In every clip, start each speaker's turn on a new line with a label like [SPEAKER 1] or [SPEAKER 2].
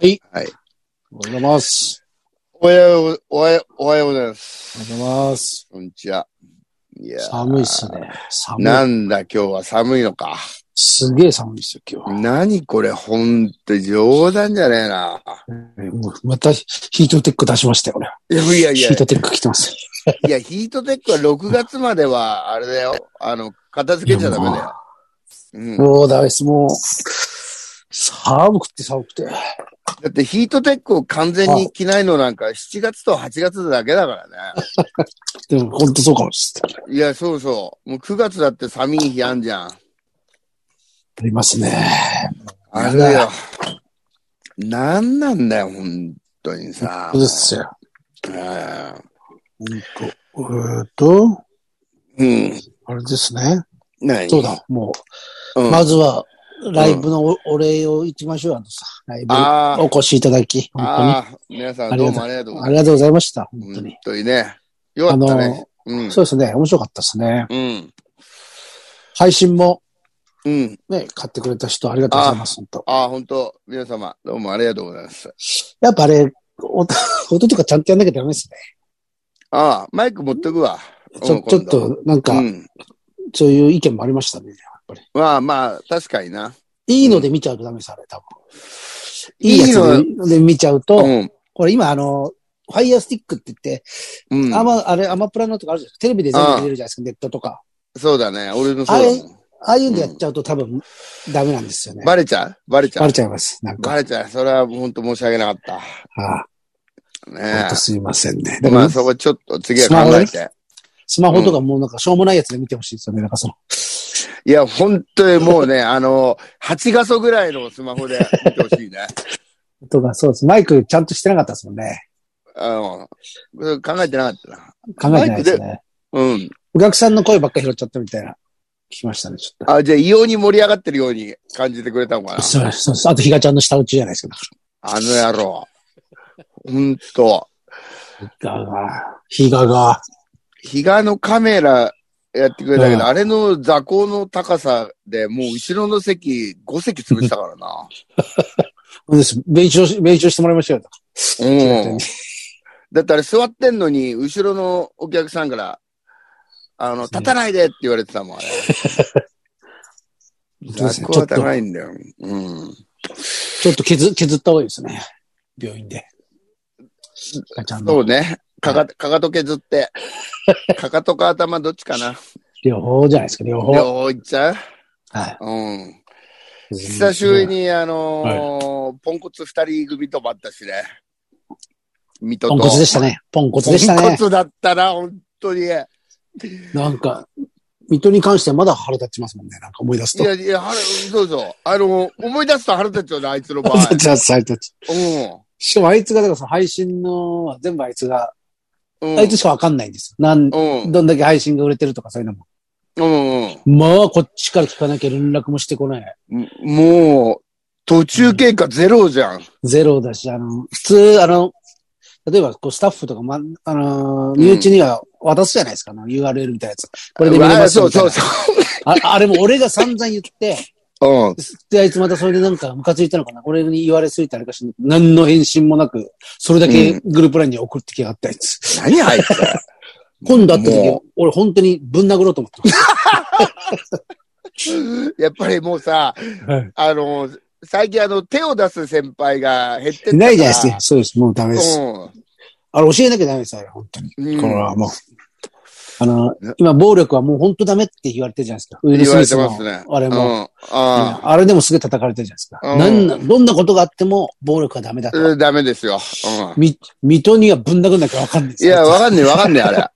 [SPEAKER 1] はい。お
[SPEAKER 2] はい。
[SPEAKER 1] はようございます。
[SPEAKER 2] おはよう、おはよう、おはようございま
[SPEAKER 1] おは
[SPEAKER 2] す。
[SPEAKER 1] ようございます。
[SPEAKER 2] こんにちは。いやー
[SPEAKER 1] 寒いっすね。寒い。
[SPEAKER 2] なんだ今日は寒いのか。
[SPEAKER 1] すげえ寒いっすよ、今日。
[SPEAKER 2] 何これ、ほんと冗談じゃねえな。
[SPEAKER 1] もうまたヒートテック出しましたよ、俺。
[SPEAKER 2] いやいやいや
[SPEAKER 1] ヒー、トテック来てます。
[SPEAKER 2] いや、ヒートテックは6月までは、あれだよ。あの、片付けちゃダメだよ。うん、だ
[SPEAKER 1] もうダメです、もう。寒くて寒くて。
[SPEAKER 2] ってヒートテックを完全に着ないのなんか7月と8月だけだからね。
[SPEAKER 1] でも本当そうかもしれない。
[SPEAKER 2] いや、そうそう。もう9月だって寒い日あんじゃん。
[SPEAKER 1] ありますね。
[SPEAKER 2] あれよ。なんなんだよ、ほんとにさ。
[SPEAKER 1] そうですよ。
[SPEAKER 2] うん
[SPEAKER 1] ほんと。えーっと、
[SPEAKER 2] うん。
[SPEAKER 1] あれですね。
[SPEAKER 2] 何
[SPEAKER 1] そう。だ、も
[SPEAKER 2] う
[SPEAKER 1] う。
[SPEAKER 2] ん、
[SPEAKER 1] まずは、ライブのおお礼を行きましょう、あのさ。ライブ
[SPEAKER 2] あー
[SPEAKER 1] お越しいただき、本当に。
[SPEAKER 2] あー、皆さんどうもありがとうご
[SPEAKER 1] あ
[SPEAKER 2] ざい
[SPEAKER 1] りが
[SPEAKER 2] ます。
[SPEAKER 1] とうございました、本当
[SPEAKER 2] 本
[SPEAKER 1] に。
[SPEAKER 2] 当にね。よかったね。うん。
[SPEAKER 1] そうですね、面白かったですね。
[SPEAKER 2] うん。
[SPEAKER 1] 配信も
[SPEAKER 2] うん。
[SPEAKER 1] ね、買ってくれた人ありがとうございます、本当。
[SPEAKER 2] ああ、本当皆様、どうもありがとうございます。
[SPEAKER 1] やっぱあれ、音、 音とかちゃんとやんなきゃダメですね。
[SPEAKER 2] ああ、マイク持ってくわ。
[SPEAKER 1] ちょ
[SPEAKER 2] うん
[SPEAKER 1] ちょっ。と、なん
[SPEAKER 2] 今度
[SPEAKER 1] か、
[SPEAKER 2] うん。
[SPEAKER 1] そういう意見もありましたね、やっぱり。
[SPEAKER 2] まあまあ、確かにな。
[SPEAKER 1] いいので見ちゃうとダメです、あれ、多分。い
[SPEAKER 2] い
[SPEAKER 1] い
[SPEAKER 2] いの
[SPEAKER 1] やつで見ちゃうと、
[SPEAKER 2] うん。
[SPEAKER 1] これ今あの、ファイヤースティックって言って、
[SPEAKER 2] うん。
[SPEAKER 1] アマ、あれ、アマプラのとかあるじゃないですか。テレビで全部見れるじゃないですか、ネットとか。
[SPEAKER 2] そうだね。俺のそうだもん。
[SPEAKER 1] ああいうんでやっちゃうと多分、ダメなんですよね。
[SPEAKER 2] バレちゃうバレちゃ
[SPEAKER 1] バ
[SPEAKER 2] う
[SPEAKER 1] レちゃいます、なんか。
[SPEAKER 2] バレちゃう。それは本当申し訳なかっ
[SPEAKER 1] あ
[SPEAKER 2] た。
[SPEAKER 1] あ、ほ
[SPEAKER 2] ね
[SPEAKER 1] んとすいませんね。
[SPEAKER 2] え。
[SPEAKER 1] だか
[SPEAKER 2] まあ
[SPEAKER 1] ら、
[SPEAKER 2] そこちょっと次は考えて。
[SPEAKER 1] スマホとかもうなんかしょうもないやつで見てほしいですよね、なんかその。
[SPEAKER 2] いや、本当にもうね、 あの、8画素ぐらいのスマホで見てほしいね。
[SPEAKER 1] とか、そうです。マイクちゃんとしてなかったですもんね。
[SPEAKER 2] あの、考えてなかった
[SPEAKER 1] 考
[SPEAKER 2] な。
[SPEAKER 1] えてないですね。
[SPEAKER 2] うん。
[SPEAKER 1] お客さんの声ばっかり拾っちゃったみたいな、聞きましたね、ちょっ
[SPEAKER 2] あ、じゃあ異様に盛り上がってるように感じてくれたのか
[SPEAKER 1] と。
[SPEAKER 2] な。
[SPEAKER 1] そうですそうです。あと、ひがちゃんの下打ちじゃないですか。
[SPEAKER 2] あの野郎。ほんと。
[SPEAKER 1] だからひがが、ひがが、
[SPEAKER 2] 比嘉のカメラやってくれたけ
[SPEAKER 1] うん
[SPEAKER 2] ど、あれの座高の高さでもう後ろの席5席潰したからな。
[SPEAKER 1] そうです。勉強し、勉強してもらいましょうよ。
[SPEAKER 2] うん。だってあれ座ってんのに、後ろのお客さんから、あの、立たないでって言われてたもん、あれ。
[SPEAKER 1] そうです
[SPEAKER 2] 座
[SPEAKER 1] ね
[SPEAKER 2] 高は高いんだよ。うん。
[SPEAKER 1] ちょっと削、削った方がいいですね。病院で。ひがちゃん
[SPEAKER 2] そ
[SPEAKER 1] の
[SPEAKER 2] うね。かか、かかと 削って。かかとか頭どっちかな。
[SPEAKER 1] 両方じゃないですか、両方。
[SPEAKER 2] 両方いっちゃう
[SPEAKER 1] はい。
[SPEAKER 2] うん。久しぶり。に、あのーポンコツ二人組とばったしね。水戸と。
[SPEAKER 1] ポンコツでしたね。ポンコツでした
[SPEAKER 2] ポンコ
[SPEAKER 1] ね。
[SPEAKER 2] ツだったな、本当に。いや
[SPEAKER 1] なんか、水戸に関してはまだ腹立ちますもんね。なんか思い出すと。
[SPEAKER 2] いや、はるそうそう。あの、思い出すと腹立つよね、あいつの 場合
[SPEAKER 1] 腹。立ちます、腹立ち。
[SPEAKER 2] う
[SPEAKER 1] しかもあいつが、だからその配信の、全部あいつが、
[SPEAKER 2] ん。うん。
[SPEAKER 1] あいつしかわかんないんですよ。なん、
[SPEAKER 2] うん。
[SPEAKER 1] どんだけ配信が売れてるとかそういうのも。
[SPEAKER 2] うんうん。
[SPEAKER 1] まあ、こっちから聞かなきゃ連絡もしてこない。
[SPEAKER 2] ももう、途中経過ゼロじゃん。
[SPEAKER 1] ゼロだし、あの、普通、あの、例えば、こう、スタッフとか、ま、あのー、身内には渡すじゃないですか、あの URL みたいなやつ。これで見れ
[SPEAKER 2] あ
[SPEAKER 1] ます
[SPEAKER 2] そ
[SPEAKER 1] み
[SPEAKER 2] う
[SPEAKER 1] たい
[SPEAKER 2] そ
[SPEAKER 1] な
[SPEAKER 2] うそ
[SPEAKER 1] ああれも俺が散々言って、
[SPEAKER 2] う。うん。
[SPEAKER 1] で、あいつまたそれでなんかムカついたのかな俺に言われすぎたあれかしら、何の返信もなく、それだけグループラインに送ってきやがったやつ。
[SPEAKER 2] 何あいつ。
[SPEAKER 1] 今度会った時
[SPEAKER 2] も、
[SPEAKER 1] 俺本当にぶん殴ろうと思ってます。
[SPEAKER 2] やっぱりもうさ、あの、最近あの、手を出す先輩が減ってったから
[SPEAKER 1] ないじゃないですか。そうです。もうダメです。
[SPEAKER 2] う
[SPEAKER 1] あれ教えなきゃダメです、あれ、本当に。
[SPEAKER 2] ん。うん
[SPEAKER 1] これはもう。あの
[SPEAKER 2] ね、
[SPEAKER 1] 今、暴力はもう本当ダメって言われてるじゃないですか。ウィル・
[SPEAKER 2] 言
[SPEAKER 1] ス
[SPEAKER 2] わ
[SPEAKER 1] ミ
[SPEAKER 2] れ
[SPEAKER 1] ス
[SPEAKER 2] て
[SPEAKER 1] の
[SPEAKER 2] ますね。
[SPEAKER 1] あれ
[SPEAKER 2] うん。
[SPEAKER 1] も、
[SPEAKER 2] あ
[SPEAKER 1] あれでもすげえ叩かれてるじゃないですか。
[SPEAKER 2] うん
[SPEAKER 1] なんなどんなことがあっても、暴力はダメだ
[SPEAKER 2] あ、
[SPEAKER 1] と。
[SPEAKER 2] うんダメですよ。うん。
[SPEAKER 1] み、水戸にはぶん殴んなきゃわかんないです。
[SPEAKER 2] いや、わかんねえ、わかんね え、あれ。いや、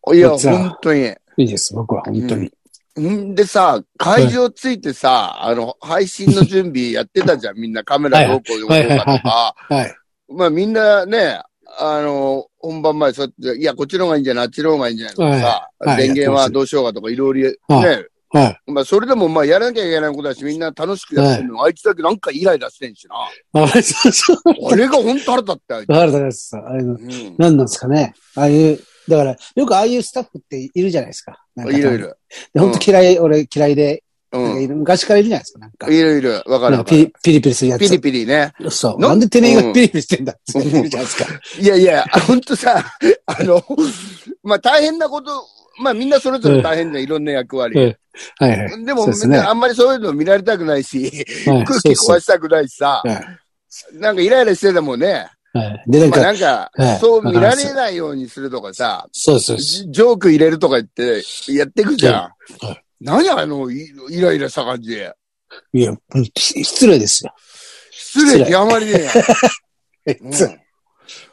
[SPEAKER 1] こいつは
[SPEAKER 2] 本当に。
[SPEAKER 1] いいです、僕は、本当に。
[SPEAKER 2] んでさ、会場ついてさ、あの、配信の準備やってたじゃん、みんな。カメラどうこうどうこうかとか。
[SPEAKER 1] はい。
[SPEAKER 2] まあみんなね、あの、本番前、そうやって、いや、こっちの方がいいんじゃない、あっちの方がいいんじゃないとかさ、
[SPEAKER 1] はいはい
[SPEAKER 2] 電源
[SPEAKER 1] やってま
[SPEAKER 2] は
[SPEAKER 1] す
[SPEAKER 2] どうしようかとか、いろいろね、
[SPEAKER 1] ははい。
[SPEAKER 2] まあそれでもまあやらなきゃいけないことだし、みんな楽しくやってるの、あいつだけなんかイライラしてんしな。
[SPEAKER 1] あれ、そうそう。
[SPEAKER 2] あれが本当腹立ったよ。
[SPEAKER 1] わかる、わかるです。あれの、
[SPEAKER 2] うん。
[SPEAKER 1] 何なんですかね。ああいう、だから、よくああいうスタッフっているじゃないですか。なんか
[SPEAKER 2] いろいろ。
[SPEAKER 1] で本当嫌い、俺嫌いで、なん
[SPEAKER 2] う
[SPEAKER 1] か
[SPEAKER 2] ん。
[SPEAKER 1] いる昔からいるじゃないですか、なんか。
[SPEAKER 2] いるいる、わかる
[SPEAKER 1] なん
[SPEAKER 2] わ
[SPEAKER 1] か
[SPEAKER 2] か
[SPEAKER 1] ピリ
[SPEAKER 2] る。
[SPEAKER 1] ピリピリするや
[SPEAKER 2] ピリ
[SPEAKER 1] つ。
[SPEAKER 2] ピリね。
[SPEAKER 1] そう。
[SPEAKER 2] な
[SPEAKER 1] なんでてめえ
[SPEAKER 2] うん
[SPEAKER 1] がピリピリしてんだって言ってるじゃ ないですか。
[SPEAKER 2] いやいや、ほんとさ、 あの、まあ大変なこと、まあみんなそれぞれ大変じゃん、いろんな役割。
[SPEAKER 1] はいはい。
[SPEAKER 2] で
[SPEAKER 1] そ
[SPEAKER 2] も、
[SPEAKER 1] うですね
[SPEAKER 2] あんまりそういうの見られたくないし、
[SPEAKER 1] はい、
[SPEAKER 2] 空気
[SPEAKER 1] そう
[SPEAKER 2] 壊
[SPEAKER 1] そ
[SPEAKER 2] したくないしさ
[SPEAKER 1] う、はい
[SPEAKER 2] なんかイライラしててもね、
[SPEAKER 1] はい。で、なん
[SPEAKER 2] まあ
[SPEAKER 1] か、
[SPEAKER 2] なんか
[SPEAKER 1] はい、
[SPEAKER 2] そう見られないようにするとかさ、
[SPEAKER 1] そうですそうです。
[SPEAKER 2] ジジョーク入れるとか言って、やっていくじゃん。
[SPEAKER 1] は
[SPEAKER 2] 何や、あの、イイライラした感じ。
[SPEAKER 1] いや、うんし失礼ですよ。
[SPEAKER 2] 失礼極まりねえや。
[SPEAKER 1] えっつ、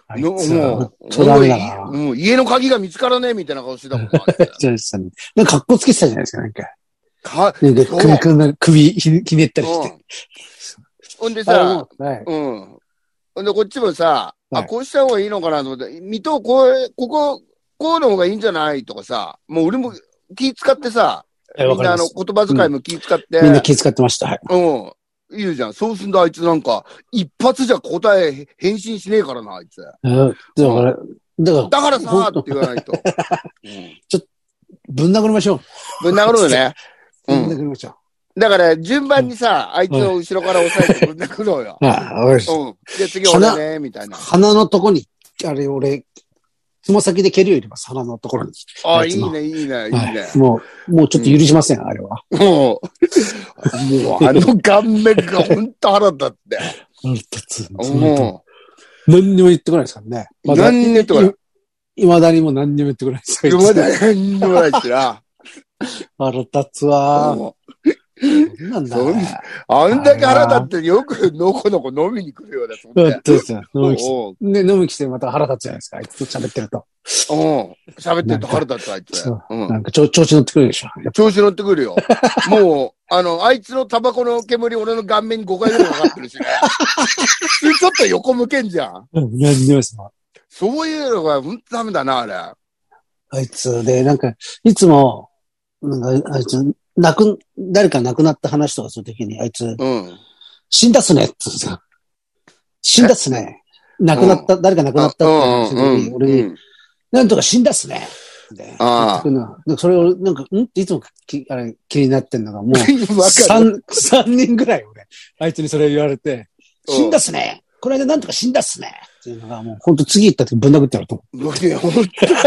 [SPEAKER 1] あい
[SPEAKER 2] もう、
[SPEAKER 1] つ
[SPEAKER 2] もう、
[SPEAKER 1] トラウだな。
[SPEAKER 2] もう家の鍵が見つからねえみたいな顔してたもんな。
[SPEAKER 1] そうですね。なんか格好つけてたじゃないですか、なんか。
[SPEAKER 2] か
[SPEAKER 1] なんか
[SPEAKER 2] そう
[SPEAKER 1] 首くんな首ひひねったりして。
[SPEAKER 2] うんほんで
[SPEAKER 1] あ
[SPEAKER 2] さ、
[SPEAKER 1] もうはい。
[SPEAKER 2] うん。ほんで、こっちもさ、
[SPEAKER 1] は
[SPEAKER 2] あ、
[SPEAKER 1] い
[SPEAKER 2] こうした方がいいのかなと思って、水戸、こう、ここ、こうの方がいいんじゃないとかさ、もう俺も気使ってさ、
[SPEAKER 1] え
[SPEAKER 2] み
[SPEAKER 1] わ
[SPEAKER 2] ん
[SPEAKER 1] かり
[SPEAKER 2] なあ
[SPEAKER 1] ま
[SPEAKER 2] の、
[SPEAKER 1] す。
[SPEAKER 2] 言葉遣いも気使って、
[SPEAKER 1] みんな気遣ってました。はい。
[SPEAKER 2] うん。言うじゃん。そうすんだ、あいつなんか、一発じゃ答え、返信しねえからな、あいつ。だ
[SPEAKER 1] うんだから、だから、
[SPEAKER 2] からさー
[SPEAKER 1] ほ
[SPEAKER 2] っ
[SPEAKER 1] ん
[SPEAKER 2] て言わないと。うん。
[SPEAKER 1] ぶん殴りましょう。
[SPEAKER 2] ぶん殴ろうよね。 う
[SPEAKER 1] ぶん
[SPEAKER 2] ん
[SPEAKER 1] 殴りましょ
[SPEAKER 2] だから、順番にさ、あいつを後ろから押さえてぶん殴ろうよ。
[SPEAKER 1] う。はい。わかりました。
[SPEAKER 2] うん。で、次俺ね、みたいな。
[SPEAKER 1] 鼻のとこに、あれ、俺、つま先で蹴りを入れます。鼻のところに。
[SPEAKER 2] あ
[SPEAKER 1] あ
[SPEAKER 2] い
[SPEAKER 1] いつ
[SPEAKER 2] い
[SPEAKER 1] の
[SPEAKER 2] ね、いいね、いい
[SPEAKER 1] は
[SPEAKER 2] ね。
[SPEAKER 1] い。もう、もうちょっと許しません、あれは。
[SPEAKER 2] もう、もう、あの顔面がほんと腹立って。
[SPEAKER 1] うんつ
[SPEAKER 2] も
[SPEAKER 1] 何にも言ってこないですからね。
[SPEAKER 2] う、何にも言ってこない。
[SPEAKER 1] いまだにも何にも言ってこないです。
[SPEAKER 2] 今まで何にもないしな。
[SPEAKER 1] 腹立つわ。
[SPEAKER 2] も
[SPEAKER 1] なんだろうね。
[SPEAKER 2] うあんだけ腹立ってよくのこのこ飲みに来るようだ、そん
[SPEAKER 1] う
[SPEAKER 2] なん
[SPEAKER 1] そうですよ。飲み来て。
[SPEAKER 2] おう
[SPEAKER 1] ね、飲み来てまた腹立つじゃないですか。あいつと喋ってると。
[SPEAKER 2] おう喋ってると腹立つ、あいつ。
[SPEAKER 1] そう
[SPEAKER 2] うん
[SPEAKER 1] なんか調調子乗ってくるでしょ。やっ
[SPEAKER 2] 調子乗ってくるよ。もう、あの、あいつのタバコの煙、俺の顔面に5回ぐらいかかってるしね。ちょっと横向けんじゃん。
[SPEAKER 1] ぱうん何にもですもん
[SPEAKER 2] そういうのが、ほんとダメだな、あれ。
[SPEAKER 1] あいつで、なんか、いつも、なんか、あいつ、亡く、誰か亡くなった話とかするときに、あいつ、
[SPEAKER 2] うん。
[SPEAKER 1] 死んだっすねって言うんですよ死んだっすね。亡くなった、誰か亡くなったって話
[SPEAKER 2] う
[SPEAKER 1] の時に、
[SPEAKER 2] ん、
[SPEAKER 1] 俺
[SPEAKER 2] う
[SPEAKER 1] に、
[SPEAKER 2] ん。
[SPEAKER 1] なんとか死んだっすね。で
[SPEAKER 2] ああ
[SPEAKER 1] 言ってくるのはなんかそれを、なんか、んっていつもきあれ気になってんのが、もう、
[SPEAKER 2] わかる。
[SPEAKER 1] 三、三人ぐらい俺、あいつにそれ言われて、
[SPEAKER 2] うん
[SPEAKER 1] 死んだっすね。この間なんとか死んだっすね。っていうのが、もう本当次行った時ぶん殴ってやると思
[SPEAKER 2] 僕ねほんと、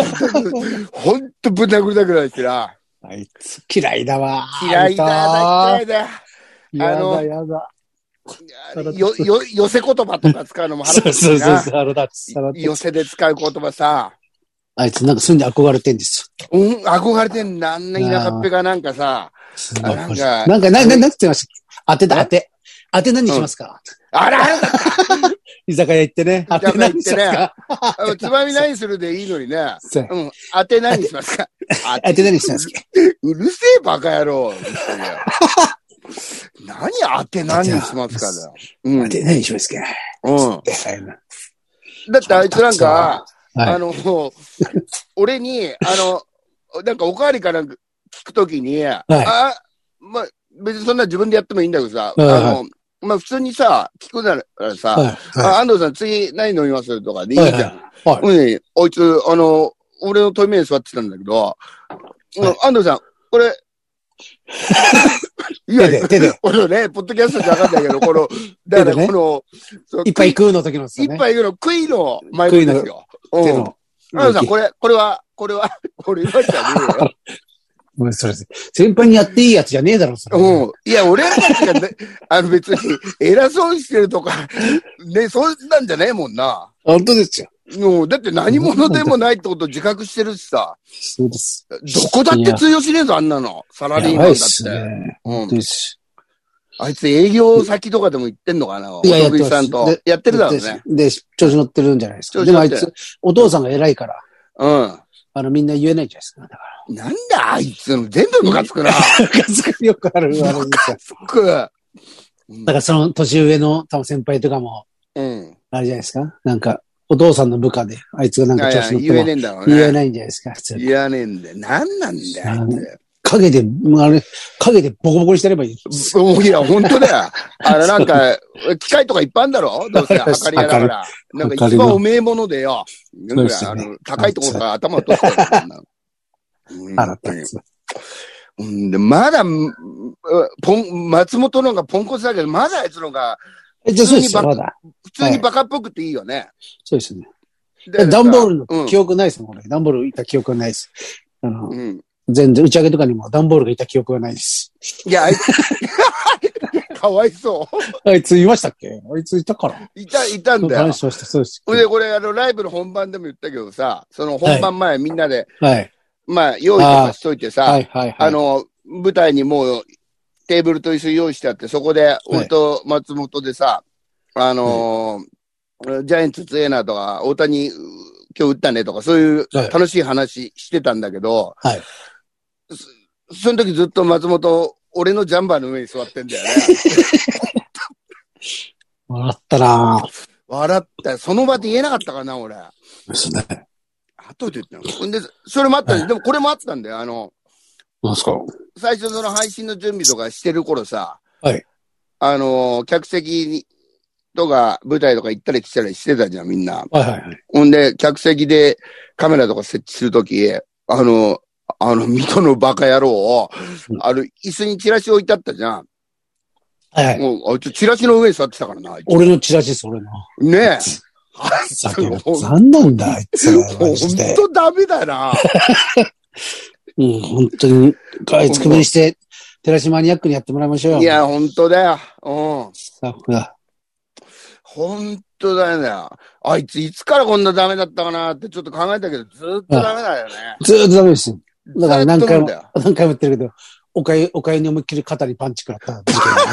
[SPEAKER 2] ほんとぶん殴りたくないしな。
[SPEAKER 1] う。あいつ嫌いだわ。
[SPEAKER 2] 嫌いだ、
[SPEAKER 1] あ
[SPEAKER 2] 嫌
[SPEAKER 1] い
[SPEAKER 2] いだ。
[SPEAKER 1] つは
[SPEAKER 2] あの
[SPEAKER 1] やだやだ。
[SPEAKER 2] よ、よ、寄せ言葉とか使うのも
[SPEAKER 1] そ
[SPEAKER 2] 腹
[SPEAKER 1] う
[SPEAKER 2] 立つし
[SPEAKER 1] そうそう
[SPEAKER 2] な。
[SPEAKER 1] そう、腹立つ。腹立つ
[SPEAKER 2] 寄せで使う言葉さ。
[SPEAKER 1] あいつなんか住んで憧れてんです
[SPEAKER 2] うん、憧れてんだ、あんな田舎っぺがなんかさ、
[SPEAKER 1] よ。
[SPEAKER 2] あなんか
[SPEAKER 1] なんか、な、な、なんて言ってました当てだ、当て。当て何にしますか、
[SPEAKER 2] あら、
[SPEAKER 1] 居酒屋行ってね。当て何にしますか
[SPEAKER 2] あのつまみ何するでいいのにね。
[SPEAKER 1] そう
[SPEAKER 2] うん。当て何にしま すか
[SPEAKER 1] 当て何にしますか
[SPEAKER 2] うるせえバカ野郎。本当に何当て何にしますかだよ。うん。う
[SPEAKER 1] 当て何にしますかみ
[SPEAKER 2] ん。
[SPEAKER 1] たいな
[SPEAKER 2] だってあいつなんか、
[SPEAKER 1] はい
[SPEAKER 2] あの、俺に、あの、なんかおかわりかなんか聞くときに、あ、まあ、別にそんな自分でやってもいいんだけどさ、
[SPEAKER 1] はいはい
[SPEAKER 2] あの、まあ普通にさ、聞くならさ、
[SPEAKER 1] はい。は
[SPEAKER 2] あ安藤さん次何飲みますとかでい
[SPEAKER 1] い。
[SPEAKER 2] いじゃん。
[SPEAKER 1] はい。はい。
[SPEAKER 2] うん、あいつ、あの、俺の対面に座ってたんだけど、うん
[SPEAKER 1] はい
[SPEAKER 2] 安藤さん、これ、い
[SPEAKER 1] 手で、手で。
[SPEAKER 2] 俺のね、ポッドキャストじゃわかんないけど、この、だから
[SPEAKER 1] 手でね
[SPEAKER 2] この、そう
[SPEAKER 1] 一杯食うの時のですよ
[SPEAKER 2] 一
[SPEAKER 1] ね。
[SPEAKER 2] 杯いくの悔いの前振りですよ。うん
[SPEAKER 1] 手の。
[SPEAKER 2] 安藤さん、これ、これは、これは、 これ今じゃねえよ。
[SPEAKER 1] ごめん、それ先輩にやっていいやつじゃねえだろ、それ。
[SPEAKER 2] うん。いや、俺らたちがね、あの別に、偉そうにしてるとか、ね、そうなんじゃねえもんな。
[SPEAKER 1] 本当ですよ。
[SPEAKER 2] もう、だって何者でもないってこと自覚してるしさ。
[SPEAKER 1] そうです。
[SPEAKER 2] どこだって通用しねえぞ、あんなの。サラリー
[SPEAKER 1] やば
[SPEAKER 2] マンだ
[SPEAKER 1] い
[SPEAKER 2] っ。
[SPEAKER 1] ってすね。
[SPEAKER 2] う
[SPEAKER 1] 本
[SPEAKER 2] ん
[SPEAKER 1] 当。です。
[SPEAKER 2] あいつ営業先とかでも行ってんのかなお
[SPEAKER 1] いややって
[SPEAKER 2] 得
[SPEAKER 1] ます
[SPEAKER 2] 意さんと
[SPEAKER 1] で。
[SPEAKER 2] やってるだろうね。
[SPEAKER 1] で、調子乗ってるんじゃないです
[SPEAKER 2] 調
[SPEAKER 1] か。
[SPEAKER 2] 子
[SPEAKER 1] でも
[SPEAKER 2] 乗
[SPEAKER 1] あ
[SPEAKER 2] っ
[SPEAKER 1] い
[SPEAKER 2] て
[SPEAKER 1] つ、お父さんが偉いから、
[SPEAKER 2] う
[SPEAKER 1] あの、みんな言えないじゃないですか。だか
[SPEAKER 2] ん。なんだ、あいつの。全部ムカ つくな。ム
[SPEAKER 1] ら、ムカつくよくあるあれですよ。
[SPEAKER 2] カつく。
[SPEAKER 1] だからその年上の多分先輩とかも、
[SPEAKER 2] うん。
[SPEAKER 1] あれじゃないですか。なんか、お父さんの部下で、あいつがなん
[SPEAKER 2] いや
[SPEAKER 1] か
[SPEAKER 2] い
[SPEAKER 1] 調子
[SPEAKER 2] や
[SPEAKER 1] 乗っ
[SPEAKER 2] 言えね
[SPEAKER 1] て
[SPEAKER 2] えんだろ
[SPEAKER 1] も
[SPEAKER 2] うね。
[SPEAKER 1] 言えないんじゃないですか。普通
[SPEAKER 2] 言わねえんだよ。なんなんだよあいつ。
[SPEAKER 1] 影で、もうあれ、影でボコボコにしてればいい。
[SPEAKER 2] そういや、本当だよ。あれ、なんか、機械とかいっぱいあんだろ どうせ、
[SPEAKER 1] わかり
[SPEAKER 2] は
[SPEAKER 1] ます
[SPEAKER 2] かりやだから。なんか一番おめえものでよ。なん
[SPEAKER 1] で
[SPEAKER 2] か、
[SPEAKER 1] す
[SPEAKER 2] あ
[SPEAKER 1] よね
[SPEAKER 2] の、高いところから頭落としてるよそんなのうん
[SPEAKER 1] 腹立つ。
[SPEAKER 2] うん、でまだ、うんポン、松本のがポンコツだけど、まだあいつのが、
[SPEAKER 1] えじゃあそうですよ、まだ。
[SPEAKER 2] 普通にバカっぽくていいよね。
[SPEAKER 1] そうですね。
[SPEAKER 2] で
[SPEAKER 1] ダンボール
[SPEAKER 2] う
[SPEAKER 1] の
[SPEAKER 2] ん
[SPEAKER 1] 記憶ないですもん、俺。ダンボールいた記憶がないです。あの、
[SPEAKER 2] うん。
[SPEAKER 1] 全然、打ち上げとかにもダンボールがいた記憶がないです。
[SPEAKER 2] いや、あい つ、かわいそ
[SPEAKER 1] あいついましたっけあいついたから。
[SPEAKER 2] う。いた、いたんだよ
[SPEAKER 1] 話。しました、そうです。
[SPEAKER 2] それで、これ、あの、ライブの本番でも言ったけどさ、その本番前みんなで、
[SPEAKER 1] はい。
[SPEAKER 2] まあ、用意とかしといてさ、
[SPEAKER 1] はい、はい、はい。
[SPEAKER 2] あ、の、舞台にもうテーブルと椅子用意してあって、そこで、俺と松本でさ、あのージャイアンツ強えなとか、大谷う今日打ったねとか、そういう
[SPEAKER 1] はい
[SPEAKER 2] 楽しい話してたんだけど、
[SPEAKER 1] はい
[SPEAKER 2] そその時ずっと松本、俺のジャンバーの上に座ってん だよね。
[SPEAKER 1] 笑ったなぁ。
[SPEAKER 2] 笑ったよその場で言えなかったかな、俺。
[SPEAKER 1] ですね。
[SPEAKER 2] 後で言ったのほんで、それもあったんで、でもこれもあったんだよ。あの、
[SPEAKER 1] なんすか
[SPEAKER 2] 最初その配信の準備とかしてる頃さ、
[SPEAKER 1] はい。
[SPEAKER 2] あのー客席に、とか、舞台とか行ったり来たりしてたじゃん、みんな。
[SPEAKER 1] はい、はい、はい。
[SPEAKER 2] ほんで、客席でカメラとか設置するとき、あの、あの、水戸のバカ野郎を
[SPEAKER 1] う、ん
[SPEAKER 2] あの、椅子にチラシ置いてあったじゃん。
[SPEAKER 1] はい、はい。
[SPEAKER 2] もう、あいつチラシの上に座ってたからな、あいつ
[SPEAKER 1] 俺のチラシです、俺の。
[SPEAKER 2] ねえ。
[SPEAKER 1] ふざけんな
[SPEAKER 2] ほん
[SPEAKER 1] 残なんだ、あいつら。
[SPEAKER 2] ほ
[SPEAKER 1] マジで
[SPEAKER 2] んとダメだな。
[SPEAKER 1] うん、本当に、あいつ首にして、寺島マニアックにやってもら いましょうよ。
[SPEAKER 2] いや、ほんとだよ。うん。
[SPEAKER 1] スタッフが。
[SPEAKER 2] ほんとだよね。あいつ、いつからこんなダメだったかなってちょっと考えたけど、ずーっとダメだよね。
[SPEAKER 1] ずーっとダメですよ。だから何回も
[SPEAKER 2] ずーっとなんだよ
[SPEAKER 1] 何回も言ってるけど、おかゆ、おかゆに思いっきり肩にパンチ食らった事件だね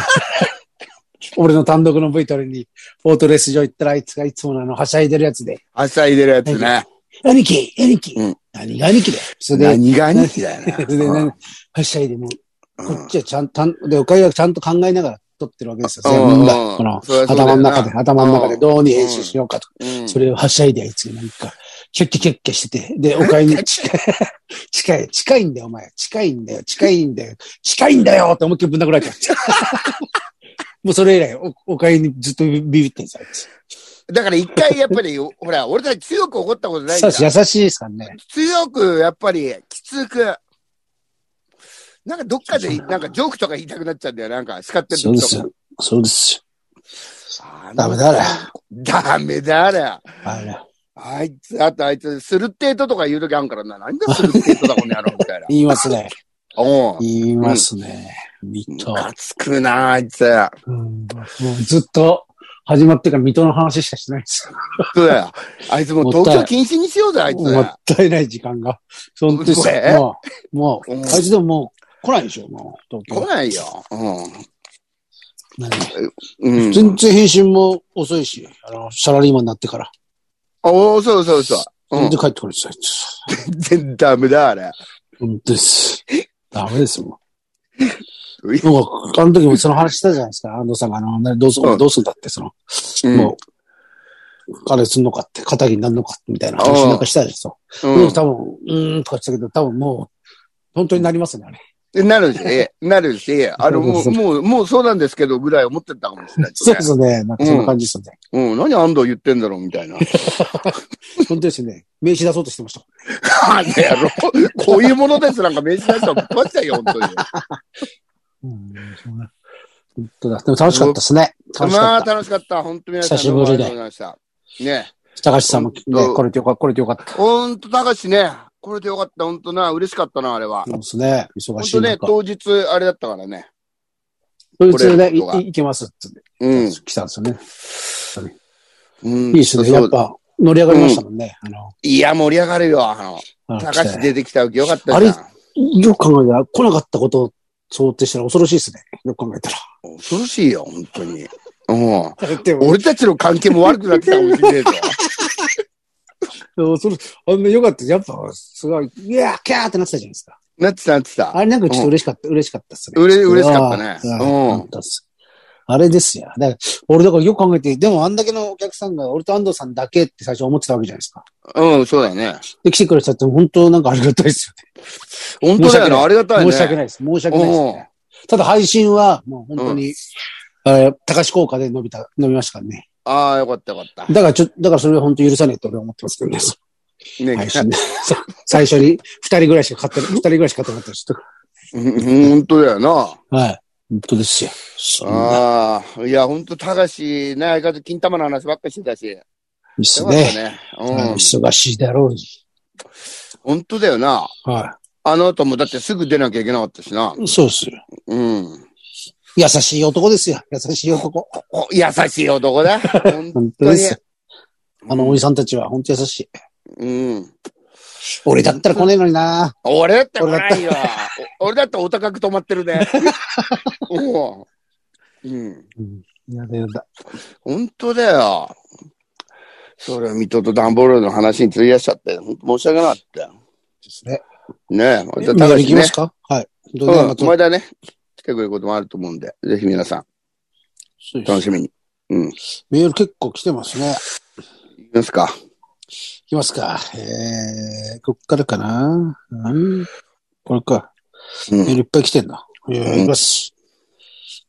[SPEAKER 1] 俺の単独の V トレに、フォートレース場行ったら、あいつがいつものあの、はしゃいでるやつで、
[SPEAKER 2] はしゃいでるやつね。
[SPEAKER 1] 兄貴兄貴、
[SPEAKER 2] うん
[SPEAKER 1] 何が兄貴だよ。それで、
[SPEAKER 2] 何が兄貴だよね。
[SPEAKER 1] それで、
[SPEAKER 2] うん
[SPEAKER 1] ね、はしゃいでもう、
[SPEAKER 2] うん
[SPEAKER 1] こっちはちゃんと、で、おかゆはちゃんと考えながら撮ってるわけですよ。
[SPEAKER 2] うん
[SPEAKER 1] 全部
[SPEAKER 2] う
[SPEAKER 1] が
[SPEAKER 2] ん
[SPEAKER 1] この、
[SPEAKER 2] そりゃそうだ
[SPEAKER 1] 頭
[SPEAKER 2] よ
[SPEAKER 1] の
[SPEAKER 2] な
[SPEAKER 1] 中で、頭の中でどうに編集しようかとか
[SPEAKER 2] うん
[SPEAKER 1] それをはしゃいで、あいつがなんか、キャッキャキャッキャしてて、で、おか ゆに近い、近い、近いんだよ、お前。近いんだよ、近いんだよ、近いんだよ って思いっきりぶん殴られてました。もうそれ以来、おおかゆにずっとビビってんですよ、あいつ。
[SPEAKER 2] だから一回やっぱり、ほら、俺たち強く怒ったことないん
[SPEAKER 1] さ
[SPEAKER 2] だ
[SPEAKER 1] あ。優しいですからね。
[SPEAKER 2] 強く、やっぱり、きつく。なんかどっかで、なんかジョークとか言いたくなっちゃうんだよ。なんか叱ってる
[SPEAKER 1] そう
[SPEAKER 2] 時
[SPEAKER 1] で
[SPEAKER 2] と
[SPEAKER 1] す
[SPEAKER 2] か。
[SPEAKER 1] よ。そうです
[SPEAKER 2] あの
[SPEAKER 1] よ。ダメだら。
[SPEAKER 2] ダメだら。
[SPEAKER 1] あら。
[SPEAKER 2] あいつ、あとあいつ、スルッテートとか言う時あんからな。なんだスルッテートだ、この野郎、みたいな。
[SPEAKER 1] 言いますね。
[SPEAKER 2] おう
[SPEAKER 1] 言いますね。水
[SPEAKER 2] ム
[SPEAKER 1] 戸。
[SPEAKER 2] カつくな、あいつ。
[SPEAKER 1] うん、もうずっと始まってから水戸の話しかしてないです。
[SPEAKER 2] そう だよ。あいつもう東京禁止にしようぜ、あいつ。
[SPEAKER 1] もったいない時間が。そんと
[SPEAKER 2] これ
[SPEAKER 1] もう、もう、
[SPEAKER 2] うん
[SPEAKER 1] あいつでももう来ないでしょ、もう、東京。
[SPEAKER 2] 来ないよ。う
[SPEAKER 1] 何
[SPEAKER 2] ん。うん。
[SPEAKER 1] 全然返信も遅いし、あの、サラリーマンになってから。
[SPEAKER 2] おー、そうそうそう。う
[SPEAKER 1] 全
[SPEAKER 2] ん
[SPEAKER 1] 然帰ってこないです、あいつ。
[SPEAKER 2] 全然ダメだ、あれ。
[SPEAKER 1] 本当です。ダメですもん。
[SPEAKER 2] う
[SPEAKER 1] なん
[SPEAKER 2] い
[SPEAKER 1] か、あの時もその話したじゃないですか、安藤さんが、あの、ねどうす
[SPEAKER 2] うん
[SPEAKER 1] どうすんだって、その、
[SPEAKER 2] うん
[SPEAKER 1] もう、彼すんのかって、仇になるのかって、みたいな話なんかしたじゃないですか。
[SPEAKER 2] う
[SPEAKER 1] うんん、多分、うーんとか言ってたけど、多分もう、本当になりますね、あれ。
[SPEAKER 2] なるし、なるし、あ の、も、
[SPEAKER 1] そうう
[SPEAKER 2] もう、もうそうなんですけどぐらい思ってたかもしれないです
[SPEAKER 1] そ
[SPEAKER 2] ね、
[SPEAKER 1] うですね、なんかそんな感じですよね。
[SPEAKER 2] うん、何安藤言ってんだろうみたいな。
[SPEAKER 1] 本当ですよね。名刺出そうとしてました。
[SPEAKER 2] あんやろ こういうものですなんか名刺出したらぶっ壊しちゃうよ、本当に。
[SPEAKER 1] うん、そうね。本当だ。でも楽しかったですね。楽し
[SPEAKER 2] ま
[SPEAKER 1] か
[SPEAKER 2] あ、
[SPEAKER 1] った。
[SPEAKER 2] 楽しかった。本当皆さん
[SPEAKER 1] 久しぶりで
[SPEAKER 2] どうもありがとうございました。ね
[SPEAKER 1] 高橋さんもね、
[SPEAKER 2] うん
[SPEAKER 1] これでよかった、これでよかった。
[SPEAKER 2] ほんと、高しね。これでよかった。本当な、嬉しかったな、あれは。
[SPEAKER 1] そうですね。忙
[SPEAKER 2] 本
[SPEAKER 1] しい
[SPEAKER 2] 当ね、
[SPEAKER 1] 中。
[SPEAKER 2] 当日、あれだったからね。
[SPEAKER 1] そいつね、
[SPEAKER 2] 来れることが
[SPEAKER 1] いい行けますって
[SPEAKER 2] う
[SPEAKER 1] 言
[SPEAKER 2] ん
[SPEAKER 1] っ。て、来たんですよね。
[SPEAKER 2] うん
[SPEAKER 1] いいですね。
[SPEAKER 2] そう
[SPEAKER 1] やっぱ、乗り上がりましたもんね。あの
[SPEAKER 2] いや、盛り上がるよ、あの。
[SPEAKER 1] あの、
[SPEAKER 2] 高
[SPEAKER 1] 来
[SPEAKER 2] し
[SPEAKER 1] て
[SPEAKER 2] 出てきた時よかったじゃん。
[SPEAKER 1] あれよく考えたら、来なかったことを想定したら恐ろしいですね。よく考えた ら。
[SPEAKER 2] 恐ろしいよ、本当に。うん。
[SPEAKER 1] でも、
[SPEAKER 2] 俺たちの関係も悪くなってたかもしれないぞ。
[SPEAKER 1] 恐ろあんなよかった。やっぱ、すごい、いやー、キャーってなってたじゃないですか。
[SPEAKER 2] なってた、なって
[SPEAKER 1] あ
[SPEAKER 2] た。
[SPEAKER 1] れなんかちょっと嬉しかった、嬉しかったっすね。
[SPEAKER 2] うれ、嬉しかったね。
[SPEAKER 1] ああ
[SPEAKER 2] う
[SPEAKER 1] よかったっすあれですよ。だから俺だからよく考えて、でもあんだけのお客さんが、俺と安藤さんだけって最初思ってたわけじゃないですか。
[SPEAKER 2] ん。うん、そうだよね。
[SPEAKER 1] で、来てくれたって本当なんかありがたいです
[SPEAKER 2] 本当だよね。ありがた
[SPEAKER 1] よ
[SPEAKER 2] い
[SPEAKER 1] ね。
[SPEAKER 2] ね。
[SPEAKER 1] 申し訳ないです。申し訳ないです
[SPEAKER 2] う
[SPEAKER 1] ね。ただ配信はもう本当に、えー高橋効果で伸びた、伸びましたからね。
[SPEAKER 2] ああ、よかった、よかった。
[SPEAKER 1] だからちょ、だからそれは本当許さないと俺は思ってますけどね。
[SPEAKER 2] ね
[SPEAKER 1] 配信最初に二人ぐらいしか買って、二人ぐらいしか買ってなかったし。
[SPEAKER 2] うん 本当だよな。
[SPEAKER 1] はい。本当ですよ。そんな。
[SPEAKER 2] ああ、いや、本当高し、ね、相方、金玉の話ばっかりしてたし。
[SPEAKER 1] です
[SPEAKER 2] よかった
[SPEAKER 1] ね。
[SPEAKER 2] ね。
[SPEAKER 1] はい
[SPEAKER 2] うん。
[SPEAKER 1] 忙しいだろうに。
[SPEAKER 2] 本当だよな。
[SPEAKER 1] は
[SPEAKER 2] あの後もだってすぐ出なきゃいけなかったしな。
[SPEAKER 1] い。そうっすよ。
[SPEAKER 2] うん。
[SPEAKER 1] 優しい男ですよ。優しい男。
[SPEAKER 2] お優しい男だ。本
[SPEAKER 1] 本当
[SPEAKER 2] 当
[SPEAKER 1] で
[SPEAKER 2] に
[SPEAKER 1] す。よ。あのおじさんたちは本当優しい。
[SPEAKER 2] うん。
[SPEAKER 1] 俺だったら来ねえのにな
[SPEAKER 2] 俺だって来な いよ。お俺だってお高く止まってるね。 おううん。
[SPEAKER 1] やだやだ。
[SPEAKER 2] 本当だよ。それは水戸と段ボールの話に費やしちゃって、本当申し訳なかったよ。
[SPEAKER 1] ですね。
[SPEAKER 2] ねえ、
[SPEAKER 1] み
[SPEAKER 2] じゃあ、
[SPEAKER 1] んな
[SPEAKER 2] 高
[SPEAKER 1] で行
[SPEAKER 2] 橋
[SPEAKER 1] きま
[SPEAKER 2] ね
[SPEAKER 1] す。かはい。どうぞ
[SPEAKER 2] うん、前田ね、来てくれることもあると思うんで、ぜひ皆さん、
[SPEAKER 1] そうです
[SPEAKER 2] 楽しみに。うん。い
[SPEAKER 1] メール結構来てますね。
[SPEAKER 2] きますか。
[SPEAKER 1] いきますか。えー、こっからかな。うん。これか。
[SPEAKER 2] う
[SPEAKER 1] メー
[SPEAKER 2] ん。
[SPEAKER 1] ルいっぱい来てんな。いや、いきます。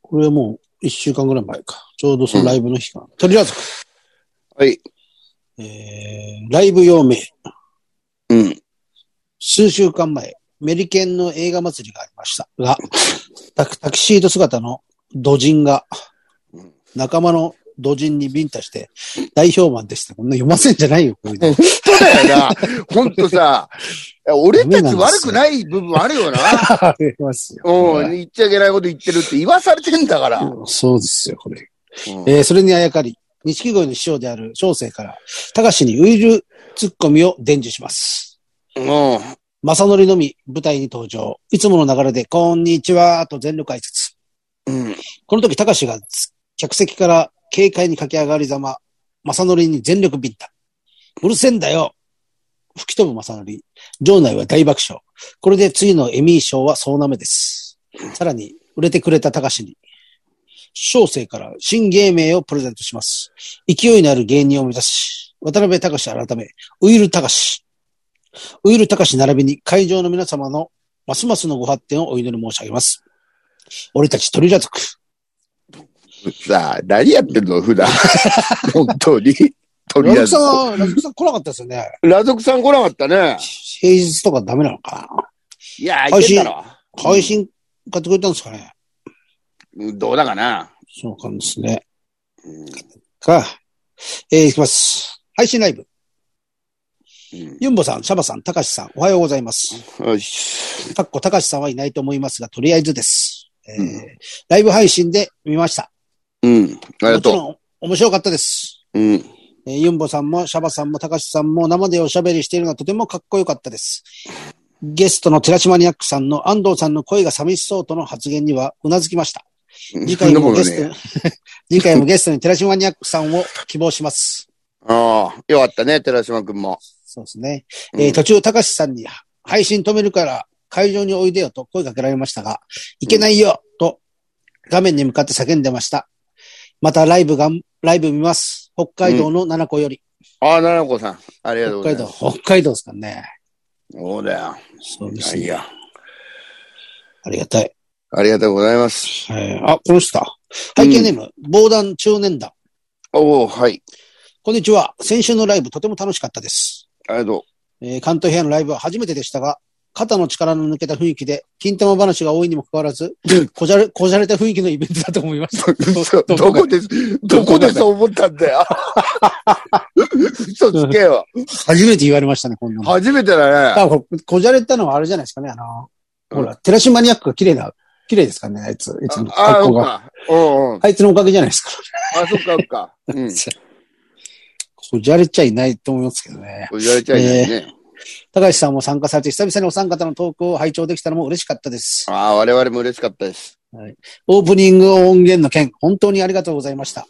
[SPEAKER 1] これはもう一週間ぐらい前か。ちょうどそのライブの日かな。とりあえず、
[SPEAKER 2] はい。
[SPEAKER 1] えー、ライブ用メール。
[SPEAKER 2] うん。
[SPEAKER 1] 数週間前、メリケンの映画祭りがありましたが、タクタキシード姿の土人が
[SPEAKER 2] うん、
[SPEAKER 1] 仲間の土人にビンタして、大評判でした。こんな読ませんじゃないよ、こういうの
[SPEAKER 2] そうだよな。ほんとさ、俺たち悪くない部分あるよな。
[SPEAKER 1] ありますよ。
[SPEAKER 2] うん。言っちゃいけないこと言ってるって言わされてんだから。
[SPEAKER 1] そうですよ、これ。
[SPEAKER 2] うん
[SPEAKER 1] えーそれにあやかり、錦鯉の師匠である小生から、高志にウイルツッコミを伝授します。
[SPEAKER 2] うん。
[SPEAKER 1] 正則のみ舞台に登場。いつもの流れで、こんにちは、と全力挨拶。
[SPEAKER 2] うん。
[SPEAKER 1] この時、高志が客席から軽快に駆け上がりざま、正則に全力ビンタ。うるせえんだよ吹き飛ぶ正則。場内は大爆笑。これで次のエミー賞は総なめです。さらに、売れてくれた高志に、小生から新芸名をプレゼントします。勢いのある芸人を目指し、渡辺隆史改め、ウイル隆史。ウイル隆史並びに会場の皆様のますますのご発展をお祈り申し上げます。俺たち鳥ら族。
[SPEAKER 2] さあ、何やってんの 普段。本当に。とりあ
[SPEAKER 1] ラ
[SPEAKER 2] え
[SPEAKER 1] ズ
[SPEAKER 2] ず
[SPEAKER 1] ク。さん、ラズクさん来なかったですよね。
[SPEAKER 2] ラ族さん来なかったね。
[SPEAKER 1] 平日とかダメなのか
[SPEAKER 2] いや、いけんだろ。
[SPEAKER 1] な配信買ってくれたんですかね
[SPEAKER 2] うんどうだかな。
[SPEAKER 1] そうかんですね。
[SPEAKER 2] うん
[SPEAKER 1] か。えー、いきます。配信ライブ。
[SPEAKER 2] うん
[SPEAKER 1] ユンボさん、シャバさん、タカシさん、おはようございます。
[SPEAKER 2] よし。
[SPEAKER 1] かっこ、タカシさんはいないと思いますが、とりあえずです。えー
[SPEAKER 2] うん
[SPEAKER 1] ライブ配信で見ました。
[SPEAKER 2] うん。ありが
[SPEAKER 1] もち
[SPEAKER 2] と
[SPEAKER 1] ろん、面白かったです。
[SPEAKER 2] う。うん。
[SPEAKER 1] えーユンボさんも、シャバさんも、タカシさんも、生でおしゃべりしているのはとてもかっこよかったです。ゲストの寺島ニアックさんの安藤さんの声が寂しそうとの発言にはうなずきました。次回もゲスト、
[SPEAKER 2] ね。
[SPEAKER 1] 次回もゲストに寺島ニャックさんを希望します。
[SPEAKER 2] ああ、よかったね、寺島くんも。
[SPEAKER 1] そうですね。
[SPEAKER 2] うん
[SPEAKER 1] えー途中、高橋さんに配信止めるから会場においでよと声かけられましたが、いけないよと画面に向かって叫んでました。またライブがん、ライブ見ます。北海道の七子より。
[SPEAKER 2] ああ、奈々子さん。ありがとうご
[SPEAKER 1] 北
[SPEAKER 2] ざ
[SPEAKER 1] 海
[SPEAKER 2] いま
[SPEAKER 1] 道、
[SPEAKER 2] す。
[SPEAKER 1] 北海道ですからね。
[SPEAKER 2] そうだよ。
[SPEAKER 1] そうで
[SPEAKER 2] い
[SPEAKER 1] す
[SPEAKER 2] や
[SPEAKER 1] ね。
[SPEAKER 2] いや。
[SPEAKER 1] ありがたい。
[SPEAKER 2] ありがとうございます。
[SPEAKER 1] はいあ、この人だ。背景ネーム、防弾中年団。
[SPEAKER 2] おおはい。
[SPEAKER 1] こんにちは。先週のライブとても楽しかったです。
[SPEAKER 2] ありがと
[SPEAKER 1] えー関東平野のライブは初めてでしたが、肩の力の抜けた雰囲気で、金玉話が多いにもかかわらず、こじゃれ、こじゃれた雰囲気のイベントだと思いました。
[SPEAKER 2] う。嘘ど
[SPEAKER 1] どこ
[SPEAKER 2] こで、どこでそう思ったんだよ。嘘つけよ。
[SPEAKER 1] 初めて言われましたね、こんなの。
[SPEAKER 2] 初めてだ ね。
[SPEAKER 1] あここじゃれたのはあれじゃないですかね、あの、
[SPEAKER 2] うん
[SPEAKER 1] ほら、テラシマニアックが綺麗な、綺麗ですかね、あいつ、いつも
[SPEAKER 2] ああ、
[SPEAKER 1] 格
[SPEAKER 2] そ
[SPEAKER 1] 好
[SPEAKER 2] っ
[SPEAKER 1] が。
[SPEAKER 2] か。うんうん。あ、
[SPEAKER 1] あいつのおかげじゃないですか。
[SPEAKER 2] そっか、そっか。う ん。
[SPEAKER 1] こじゃれちゃいないと思いますけどね。
[SPEAKER 2] 言われちゃいないね。
[SPEAKER 1] 高橋さんも参加されて、久々にお三方のトークを拝聴できたのも嬉しかったです。
[SPEAKER 2] ああ、我々も嬉しかったです。
[SPEAKER 1] オープニング音源の件、本当にありがとうございました。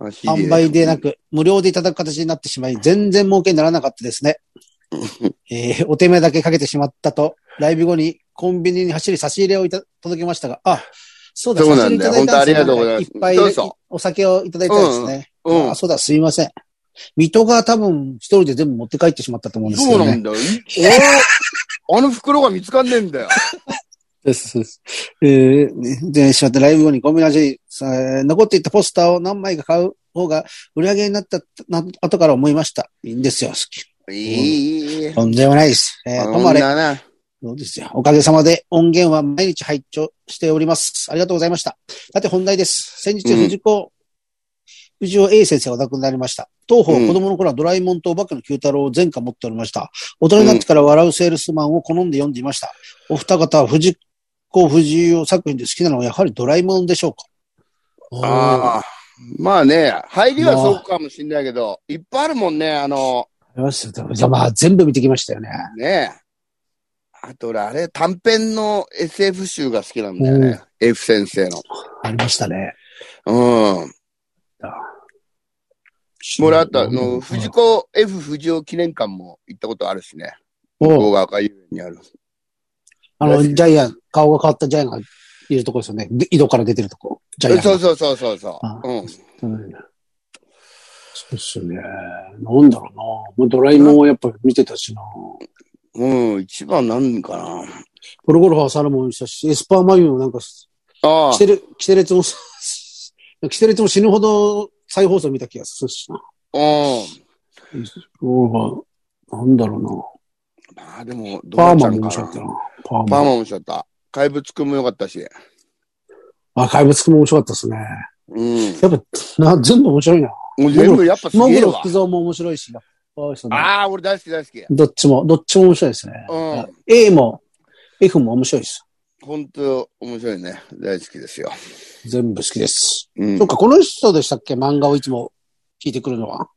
[SPEAKER 2] あ CD
[SPEAKER 1] 販売でなく、無料でいただく形になってしまい、全然儲けにならなかったです ね。えーお手目だけかけてしまったと、ライブ後にコンビニに走り差し入れをいた届けましたが、あ、そうだ、
[SPEAKER 2] そうなんだよ
[SPEAKER 1] 差し入れいただいたんですね
[SPEAKER 2] 本当ありがとうございます
[SPEAKER 1] いっぱい
[SPEAKER 2] そうそう
[SPEAKER 1] お酒をいただいたんですね。
[SPEAKER 2] うん
[SPEAKER 1] あ。そうだ、すいません。水戸が多分一人で全部持って帰ってしまったと思うんですけ
[SPEAKER 2] そう
[SPEAKER 1] ど
[SPEAKER 2] な
[SPEAKER 1] ね。
[SPEAKER 2] んだよ。いおあの袋が見つかんねえんだよ。
[SPEAKER 1] ですですえーねで、しまったライブ後にコンビニ味、えー残っていたポスターを何枚か買う方が売り上げになったな後から思いました。いいんですよ、好き。
[SPEAKER 2] いい。
[SPEAKER 1] とんでもないです。えー、と
[SPEAKER 2] こ
[SPEAKER 1] もあ
[SPEAKER 2] ん
[SPEAKER 1] れ、
[SPEAKER 2] なな。
[SPEAKER 1] そうですよ。おかげさまで音源は毎日拝聴しております。ありがとうございました。さて本題です。先日
[SPEAKER 2] うん
[SPEAKER 1] 藤子、藤尾英先生がお亡くなりました。当方、
[SPEAKER 2] うん
[SPEAKER 1] 子供の頃はドラえもんとお化けの九太郎を全巻持っておりました。大人になってから笑うセールスマンを好んで読んでいました。お二方は藤子不二雄作品で好きなのはやはりドラえもんでしょうか
[SPEAKER 2] ああ。まあね、入りはそうかもしんないけど、いっぱいあるもんね、あの、
[SPEAKER 1] あ。よし、じゃあまあ全部見てきましたよね。
[SPEAKER 2] ねあと俺、あれ、短編の SF 集が好きなんだよね。F 先生の。
[SPEAKER 1] ありましたね。
[SPEAKER 2] うん。もらった、あの、藤子 F 藤尾記念館も行ったことあるしね。
[SPEAKER 1] お
[SPEAKER 2] 動画赤い遊園にある。
[SPEAKER 1] あの、ジャイアン、顔が変わったジャイアンがいるとこですよね。で井戸から出てるとこ。ジャイアン。
[SPEAKER 2] そうそうそうそうそ
[SPEAKER 1] あ
[SPEAKER 2] う。うん。
[SPEAKER 1] うんそうっすね。なんだろうな。もうドラえもんはやっぱり見てたしな。
[SPEAKER 2] うん、一番なんかな。
[SPEAKER 1] ポルゴルファーサラモンしたし、エスパーマユもなんか、キ
[SPEAKER 2] ああ
[SPEAKER 1] テレ、キテレツも、 キテレツも死ぬほど再放送見た気がするしな。、
[SPEAKER 2] うん。
[SPEAKER 1] うんなんだろうな。
[SPEAKER 2] まあでも、ど
[SPEAKER 1] パー
[SPEAKER 2] うち
[SPEAKER 1] マ
[SPEAKER 2] ゃ
[SPEAKER 1] ンも面
[SPEAKER 2] んかな。
[SPEAKER 1] 白かったな。パー
[SPEAKER 2] パ
[SPEAKER 1] マ
[SPEAKER 2] ー
[SPEAKER 1] ン。
[SPEAKER 2] マもしちゃった。怪物くんもよかったし。
[SPEAKER 1] あ、怪物くんも面白かったですね。
[SPEAKER 2] うん。
[SPEAKER 1] やっぱ、な、全部面白いな。
[SPEAKER 2] もう全部やっぱす
[SPEAKER 1] モ
[SPEAKER 2] げ
[SPEAKER 1] グ
[SPEAKER 2] え
[SPEAKER 1] ロ
[SPEAKER 2] わ
[SPEAKER 1] 福。蔵も面白いしな。ああそうね
[SPEAKER 2] ああ、俺大好き大好き。
[SPEAKER 1] どっちも、どっちも面白いですね。
[SPEAKER 2] うん。
[SPEAKER 1] A も F も面白いです。
[SPEAKER 2] 本当面白いね。大好きですよ。
[SPEAKER 1] 全部好きです。
[SPEAKER 2] うん
[SPEAKER 1] そっ。か、この人でしたっけ漫画をいつも聞いてくるのは。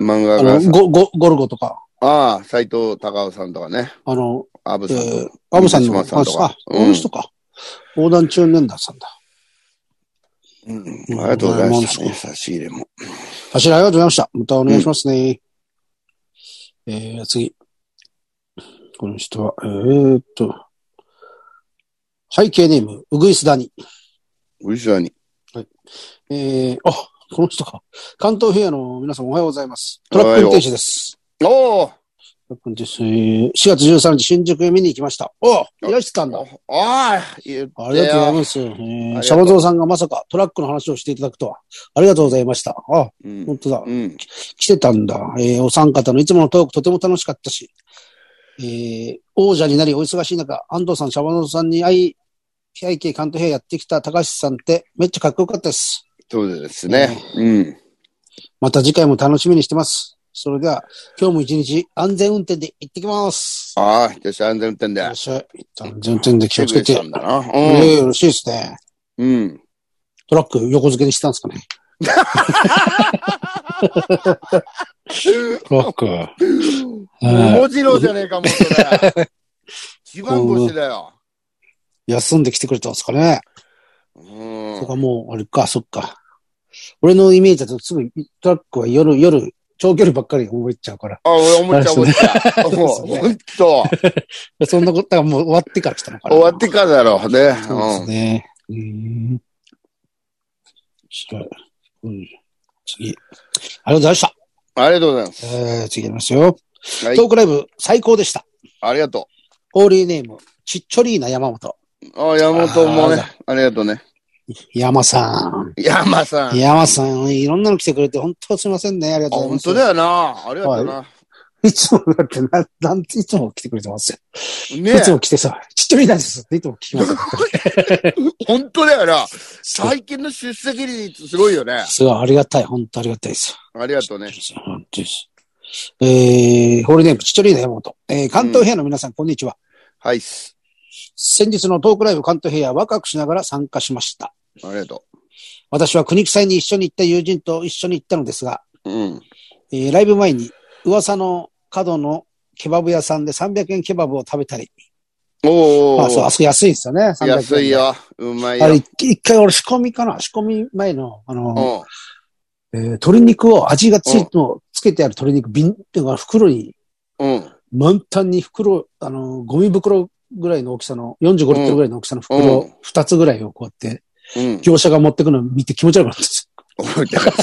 [SPEAKER 2] 漫
[SPEAKER 1] あ
[SPEAKER 2] 画
[SPEAKER 1] の、
[SPEAKER 2] が。
[SPEAKER 1] ゴゴゴルゴとか、
[SPEAKER 2] ああ、斎藤隆夫さんとかね。
[SPEAKER 1] あの、
[SPEAKER 2] アブ
[SPEAKER 1] え
[SPEAKER 2] さんと
[SPEAKER 1] ー
[SPEAKER 2] か。、
[SPEAKER 1] アムさんの
[SPEAKER 2] 三島さんとか
[SPEAKER 1] あ、
[SPEAKER 2] うん
[SPEAKER 1] この人か。横断中年団さんだ。
[SPEAKER 2] うん。
[SPEAKER 1] うん
[SPEAKER 2] ありがとうございました
[SPEAKER 1] うん
[SPEAKER 2] ね。差し入れも。
[SPEAKER 1] 柱ありがとうございました。またお願いしますね。えー、次。この人は、えー、っと、背景ネーム、うぐいすだに。
[SPEAKER 2] 後ろに。
[SPEAKER 1] えー、あ、この人か。関東平野の皆さんおはようございます。ト
[SPEAKER 2] お
[SPEAKER 1] ラ
[SPEAKER 2] は
[SPEAKER 1] ッ
[SPEAKER 2] よ
[SPEAKER 1] ク
[SPEAKER 2] う
[SPEAKER 1] 運転手です。
[SPEAKER 2] おー
[SPEAKER 1] トラック運転手、えー4月13日、新宿へ見に行きました。おういらしてたんだ。
[SPEAKER 2] おああ、言ってよ
[SPEAKER 1] ありがとうございます。え
[SPEAKER 2] がと
[SPEAKER 1] ー、
[SPEAKER 2] う
[SPEAKER 1] シャバゾウさんがまさかトラックの話をしていただくとは。ありがとうございました。あ、
[SPEAKER 2] うん
[SPEAKER 1] 本当だ。
[SPEAKER 2] うん。
[SPEAKER 1] 来てたんだ。えーお三方のいつものトークとても楽しかったし、えー王者になりお忙しい中、安藤さん、シャバノさんに会い、会計関東平やってきた高橋さんってめっちゃかっこよかったです。
[SPEAKER 2] そうですね。うん。
[SPEAKER 1] また次回も楽しみにしてます。それでは、今日も一日安全運転で行ってきます。
[SPEAKER 2] ああ、私安全運転
[SPEAKER 1] い
[SPEAKER 2] で
[SPEAKER 1] らっ。しゃい。安全運転で気をつけて。
[SPEAKER 2] 来くれたんだな。
[SPEAKER 1] ええよろしいですね。
[SPEAKER 2] うん。うん。
[SPEAKER 1] トラック横付けにしたんですか ね。トラック。
[SPEAKER 2] もちろんじゃねえかも、それ。一番腰だよ。
[SPEAKER 1] 休んできてくれたんですかね。
[SPEAKER 2] うん
[SPEAKER 1] そっ。か、もう、あれか、そっか。俺のイメージだとすぐトラックは夜、夜、長距離ばっかり覚えちゃうから。
[SPEAKER 2] あ、俺思っちゃう思っちゃう。もう
[SPEAKER 1] そうね
[SPEAKER 2] ほんと。
[SPEAKER 1] そんなことはもう終わってから来たのかな。
[SPEAKER 2] 終わってからだろうね。
[SPEAKER 1] そうですね。うん。白い。うん。次。ありがとうございました。
[SPEAKER 2] うん。ありがとうございます。
[SPEAKER 1] えー、次いきますよ。
[SPEAKER 2] はい
[SPEAKER 1] トークライブ最高でした。
[SPEAKER 2] ありがと
[SPEAKER 1] オーリーネーム、ちっちょりーな山本。
[SPEAKER 2] う。あ、山本もね
[SPEAKER 1] あ。
[SPEAKER 2] ありがとうね。
[SPEAKER 1] 山さん。
[SPEAKER 2] 山さん。あ、
[SPEAKER 1] 山さん、いろんなの来てくれて、本当すいませんね。ありがとうござい
[SPEAKER 2] 本
[SPEAKER 1] ます。
[SPEAKER 2] 当だよな。ありがとうな。
[SPEAKER 1] いつもだってな、なんていつも来てくれてますよ。
[SPEAKER 2] ね
[SPEAKER 1] いつも来てさ、ちっちょりーなんですっていつも聞きます。
[SPEAKER 2] 本当だよな。
[SPEAKER 1] すごい
[SPEAKER 2] 最近の出席率すごいよね。
[SPEAKER 1] すごい、ありがたい。本当ありがたいです。
[SPEAKER 2] ありがとうね。
[SPEAKER 1] 本当ですえー、ホールネーム、ちっちゃりーな山本。えー、関東平野の皆さん、こんにちは。
[SPEAKER 2] はいっす。
[SPEAKER 1] 先日のトークライブ関東平野、ワクワクしながら参加しました。
[SPEAKER 2] ありがと
[SPEAKER 1] 私は国際に一緒に行った友人と一緒に行ったのですが、
[SPEAKER 2] う。うん。
[SPEAKER 1] えー、ライブ前に噂の角のケバブ屋さんで300円ケバブを食べたり、
[SPEAKER 2] お
[SPEAKER 1] あ、そう、あ
[SPEAKER 2] ー。
[SPEAKER 1] そこ安いですよね。300円
[SPEAKER 2] 安い。よ。うまい
[SPEAKER 1] あれ、
[SPEAKER 2] よ。
[SPEAKER 1] 一一回俺仕込みかな仕込み前の、あの、
[SPEAKER 2] うん。
[SPEAKER 1] えー鶏肉を味がついても、つけてある鶏肉、瓶っていうか袋に
[SPEAKER 2] うん。
[SPEAKER 1] 満タンに袋、あの、ゴミ袋ぐらいの大きさの、45リットルぐらいの大きさの
[SPEAKER 2] う
[SPEAKER 1] 袋
[SPEAKER 2] ん、
[SPEAKER 1] 2つぐらいをこうやって、
[SPEAKER 2] うん。
[SPEAKER 1] 業者が持ってくのを見て気持ち悪かったです。
[SPEAKER 2] おいだから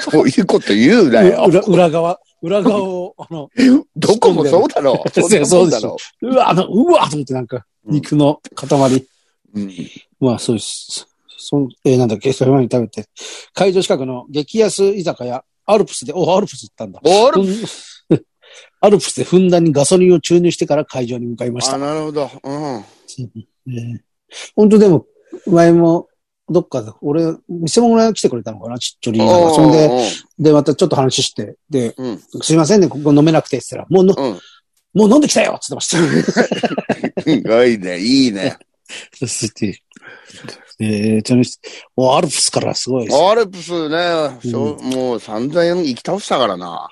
[SPEAKER 2] そそういうこと言うなよ。
[SPEAKER 1] 裏裏側、裏側 を、あの、
[SPEAKER 2] どこもそうだろ う。
[SPEAKER 1] そうだよ
[SPEAKER 2] んなもんだろ
[SPEAKER 1] うわ、あの、うわと思ってなんか、
[SPEAKER 2] うん
[SPEAKER 1] 肉の塊。
[SPEAKER 2] う。うん
[SPEAKER 1] まあ、そうです。そん、えーなんだっけ、それ前に食べて、会場近くの激安居酒屋、アルプスで、お、アルプス行ったんだ。
[SPEAKER 2] ボール、
[SPEAKER 1] うん アルプスでふんだんにガソリンを注入してから会場に向かいました
[SPEAKER 2] あ、。なるほど。うん。
[SPEAKER 1] ね本当でも、前も、どっかで、俺、店物が来てくれたのかな、ちっちゃいながら。それで、で、またちょっと話して、で、
[SPEAKER 2] うん。うん。
[SPEAKER 1] すいませんね、ここ飲めなくてって言ったら、もうの、
[SPEAKER 2] うん。
[SPEAKER 1] もう飲んできたよって言ってました。
[SPEAKER 2] すごいね。いいね。
[SPEAKER 1] そして、えー、その人お、アルプスからすごいです。
[SPEAKER 2] アルプスね、しょもう散々生き倒したからな。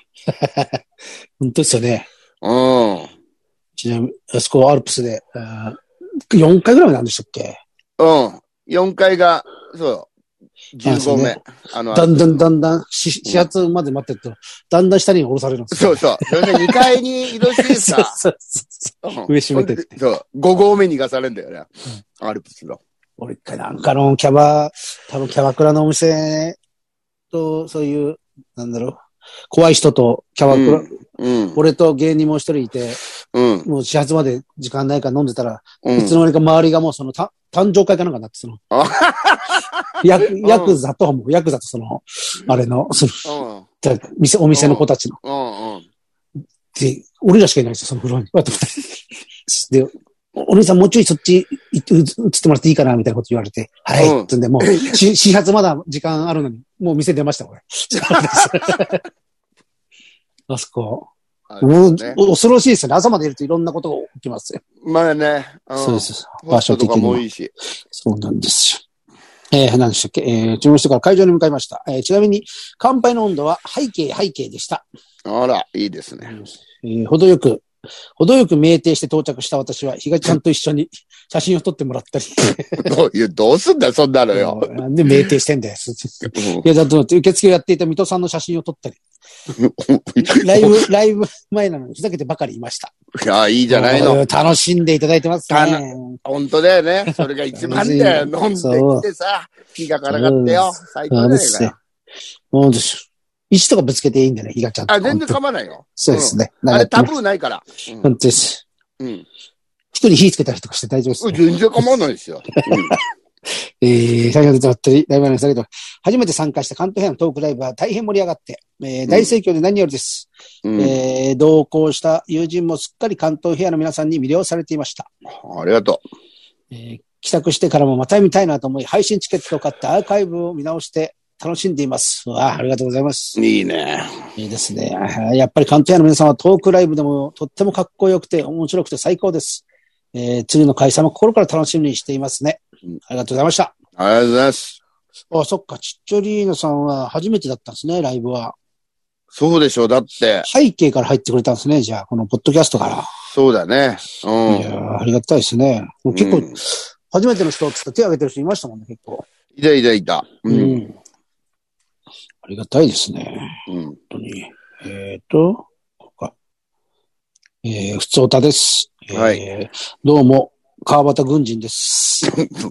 [SPEAKER 1] 本当ですよね。
[SPEAKER 2] うん。
[SPEAKER 1] ちなみに、あそこはアルプスで、あー4回ぐらいまでなんでしたっけ
[SPEAKER 2] うん。4階が、そう、
[SPEAKER 1] あそ
[SPEAKER 2] 15
[SPEAKER 1] う
[SPEAKER 2] 目
[SPEAKER 1] ね。
[SPEAKER 2] あの
[SPEAKER 1] だんだんだんだん、し始発まで待ってると、だんだん下に降ろされるんです
[SPEAKER 2] そ
[SPEAKER 1] よ。
[SPEAKER 2] うそう。それで2階に移動して
[SPEAKER 1] そう
[SPEAKER 2] さ、
[SPEAKER 1] そうそう。
[SPEAKER 2] うん
[SPEAKER 1] 上閉めてって
[SPEAKER 2] そう、5合目に行かされんだよね。アルプスの。
[SPEAKER 1] 俺一回なんかのキャバ、多分キャバクラのお店と、そういう、なんだろう、怖い人とキャバクラ、
[SPEAKER 2] うん。
[SPEAKER 1] 俺と芸人もう一人いて、
[SPEAKER 2] うん。
[SPEAKER 1] もう始発まで時間ないから飲んでたら、
[SPEAKER 2] う
[SPEAKER 1] いつ
[SPEAKER 2] ん。
[SPEAKER 1] の間にか周りがもうその、た誕生会かなんかになって、その
[SPEAKER 2] あ、
[SPEAKER 1] ヤクヤクザと、もうヤクザとその、あれの、その、
[SPEAKER 2] うん。
[SPEAKER 1] だ店、お店の子たちの、
[SPEAKER 2] うん。うん。
[SPEAKER 1] で、俺らしかいないんですよ、そのフロアに。わってで、おお兄さんもうちょいそっち行ってうつ映ってもらっていいかなみたいなこと言われて、はい、
[SPEAKER 2] うん
[SPEAKER 1] ってんで、もう、 し始発まだ時間あるのに、もう店出ました、俺。 あそこ。
[SPEAKER 2] あ
[SPEAKER 1] もう、
[SPEAKER 2] ね
[SPEAKER 1] お恐ろしいですよね。朝までいるといろんなことが起きますよ。
[SPEAKER 2] まあね。ん
[SPEAKER 1] そうで。す。
[SPEAKER 2] 場
[SPEAKER 1] 場
[SPEAKER 2] 所
[SPEAKER 1] 所
[SPEAKER 2] と
[SPEAKER 1] 的
[SPEAKER 2] か
[SPEAKER 1] に
[SPEAKER 2] も
[SPEAKER 1] も
[SPEAKER 2] 多。いし。
[SPEAKER 1] そうなんですよ。えー、何でしたっけえー、注文してから会場に向かいました。えー、ちなみに、乾杯の温度は背景、背景でした。
[SPEAKER 2] あら、いいですね。
[SPEAKER 1] えー程よく、程よく酩酊して到着した私は、ひがちゃんと一緒に 写真を撮ってもらったり。
[SPEAKER 2] どういう、どうすんだよ、そんなのよ。
[SPEAKER 1] なんで酩酊してんだよ。ひがちゃんと受付をやっていた水戸さんの写真を撮ったり。ライ ブ、ライブ前なのにふざけてばかりいました。
[SPEAKER 2] あいいじゃないの。
[SPEAKER 1] おー楽しんでいただいてます
[SPEAKER 2] た
[SPEAKER 1] ね。
[SPEAKER 2] 本当だよね。それが一番だよ。飲んできてさ、気がからかってよ。最
[SPEAKER 1] そ
[SPEAKER 2] 高
[SPEAKER 1] うで
[SPEAKER 2] だよ
[SPEAKER 1] す。ね。そうですよ。石とかぶつけていいんだよね、ひがちゃんと。
[SPEAKER 2] あ、全然
[SPEAKER 1] 本当
[SPEAKER 2] 噛まないよ。
[SPEAKER 1] そうですね。
[SPEAKER 2] あれタブ
[SPEAKER 1] ー。
[SPEAKER 2] ーないから。
[SPEAKER 1] 本当です。
[SPEAKER 2] うん。
[SPEAKER 1] 服に火つけたりとかして大丈夫です
[SPEAKER 2] うん。。全然構わないですよ。
[SPEAKER 1] えー、先ほどとって、ライブの先ほど、初めて参加した関東編のトークライブは大変盛り上がって、えー大盛況で何よりです。
[SPEAKER 2] うん。うん
[SPEAKER 1] えー同行した友人もすっかり関東平野の皆さんに魅了されていました。
[SPEAKER 2] ありがと
[SPEAKER 1] えー帰宅してからもまた見たいなと思い、配信チケットを買ってアーカイブを見直して楽しんでいます。うわあありがとうございます
[SPEAKER 2] う。。いいね。
[SPEAKER 1] いいですね。あーやっぱり関東平野の皆さんはトークライブでもとってもかっこよくて面白くて最高です。えー次の開催も心から楽しみにしていますね。ありがとうございました。
[SPEAKER 2] ありがとうございます。
[SPEAKER 1] あ、そっか、ちっちゃりーのさんは初めてだったんですね、ライブは。
[SPEAKER 2] そうでしょう。だって、
[SPEAKER 1] 背景から入ってくれたんですね、じゃあ、このポッドキャストから。
[SPEAKER 2] そうだね。
[SPEAKER 1] いや
[SPEAKER 2] う。
[SPEAKER 1] ーありがたいですね。もうん結構、
[SPEAKER 2] うん
[SPEAKER 1] 初めての人って言ったら手を挙げてる人いましたもんね、結構。
[SPEAKER 2] いたいたいた。う。
[SPEAKER 1] うんんありがたいですね、
[SPEAKER 2] うん。
[SPEAKER 1] 本当に。えっ、と、ここか。えー、ふつおたです。えー
[SPEAKER 2] はい。
[SPEAKER 1] どうも、川端軍人です。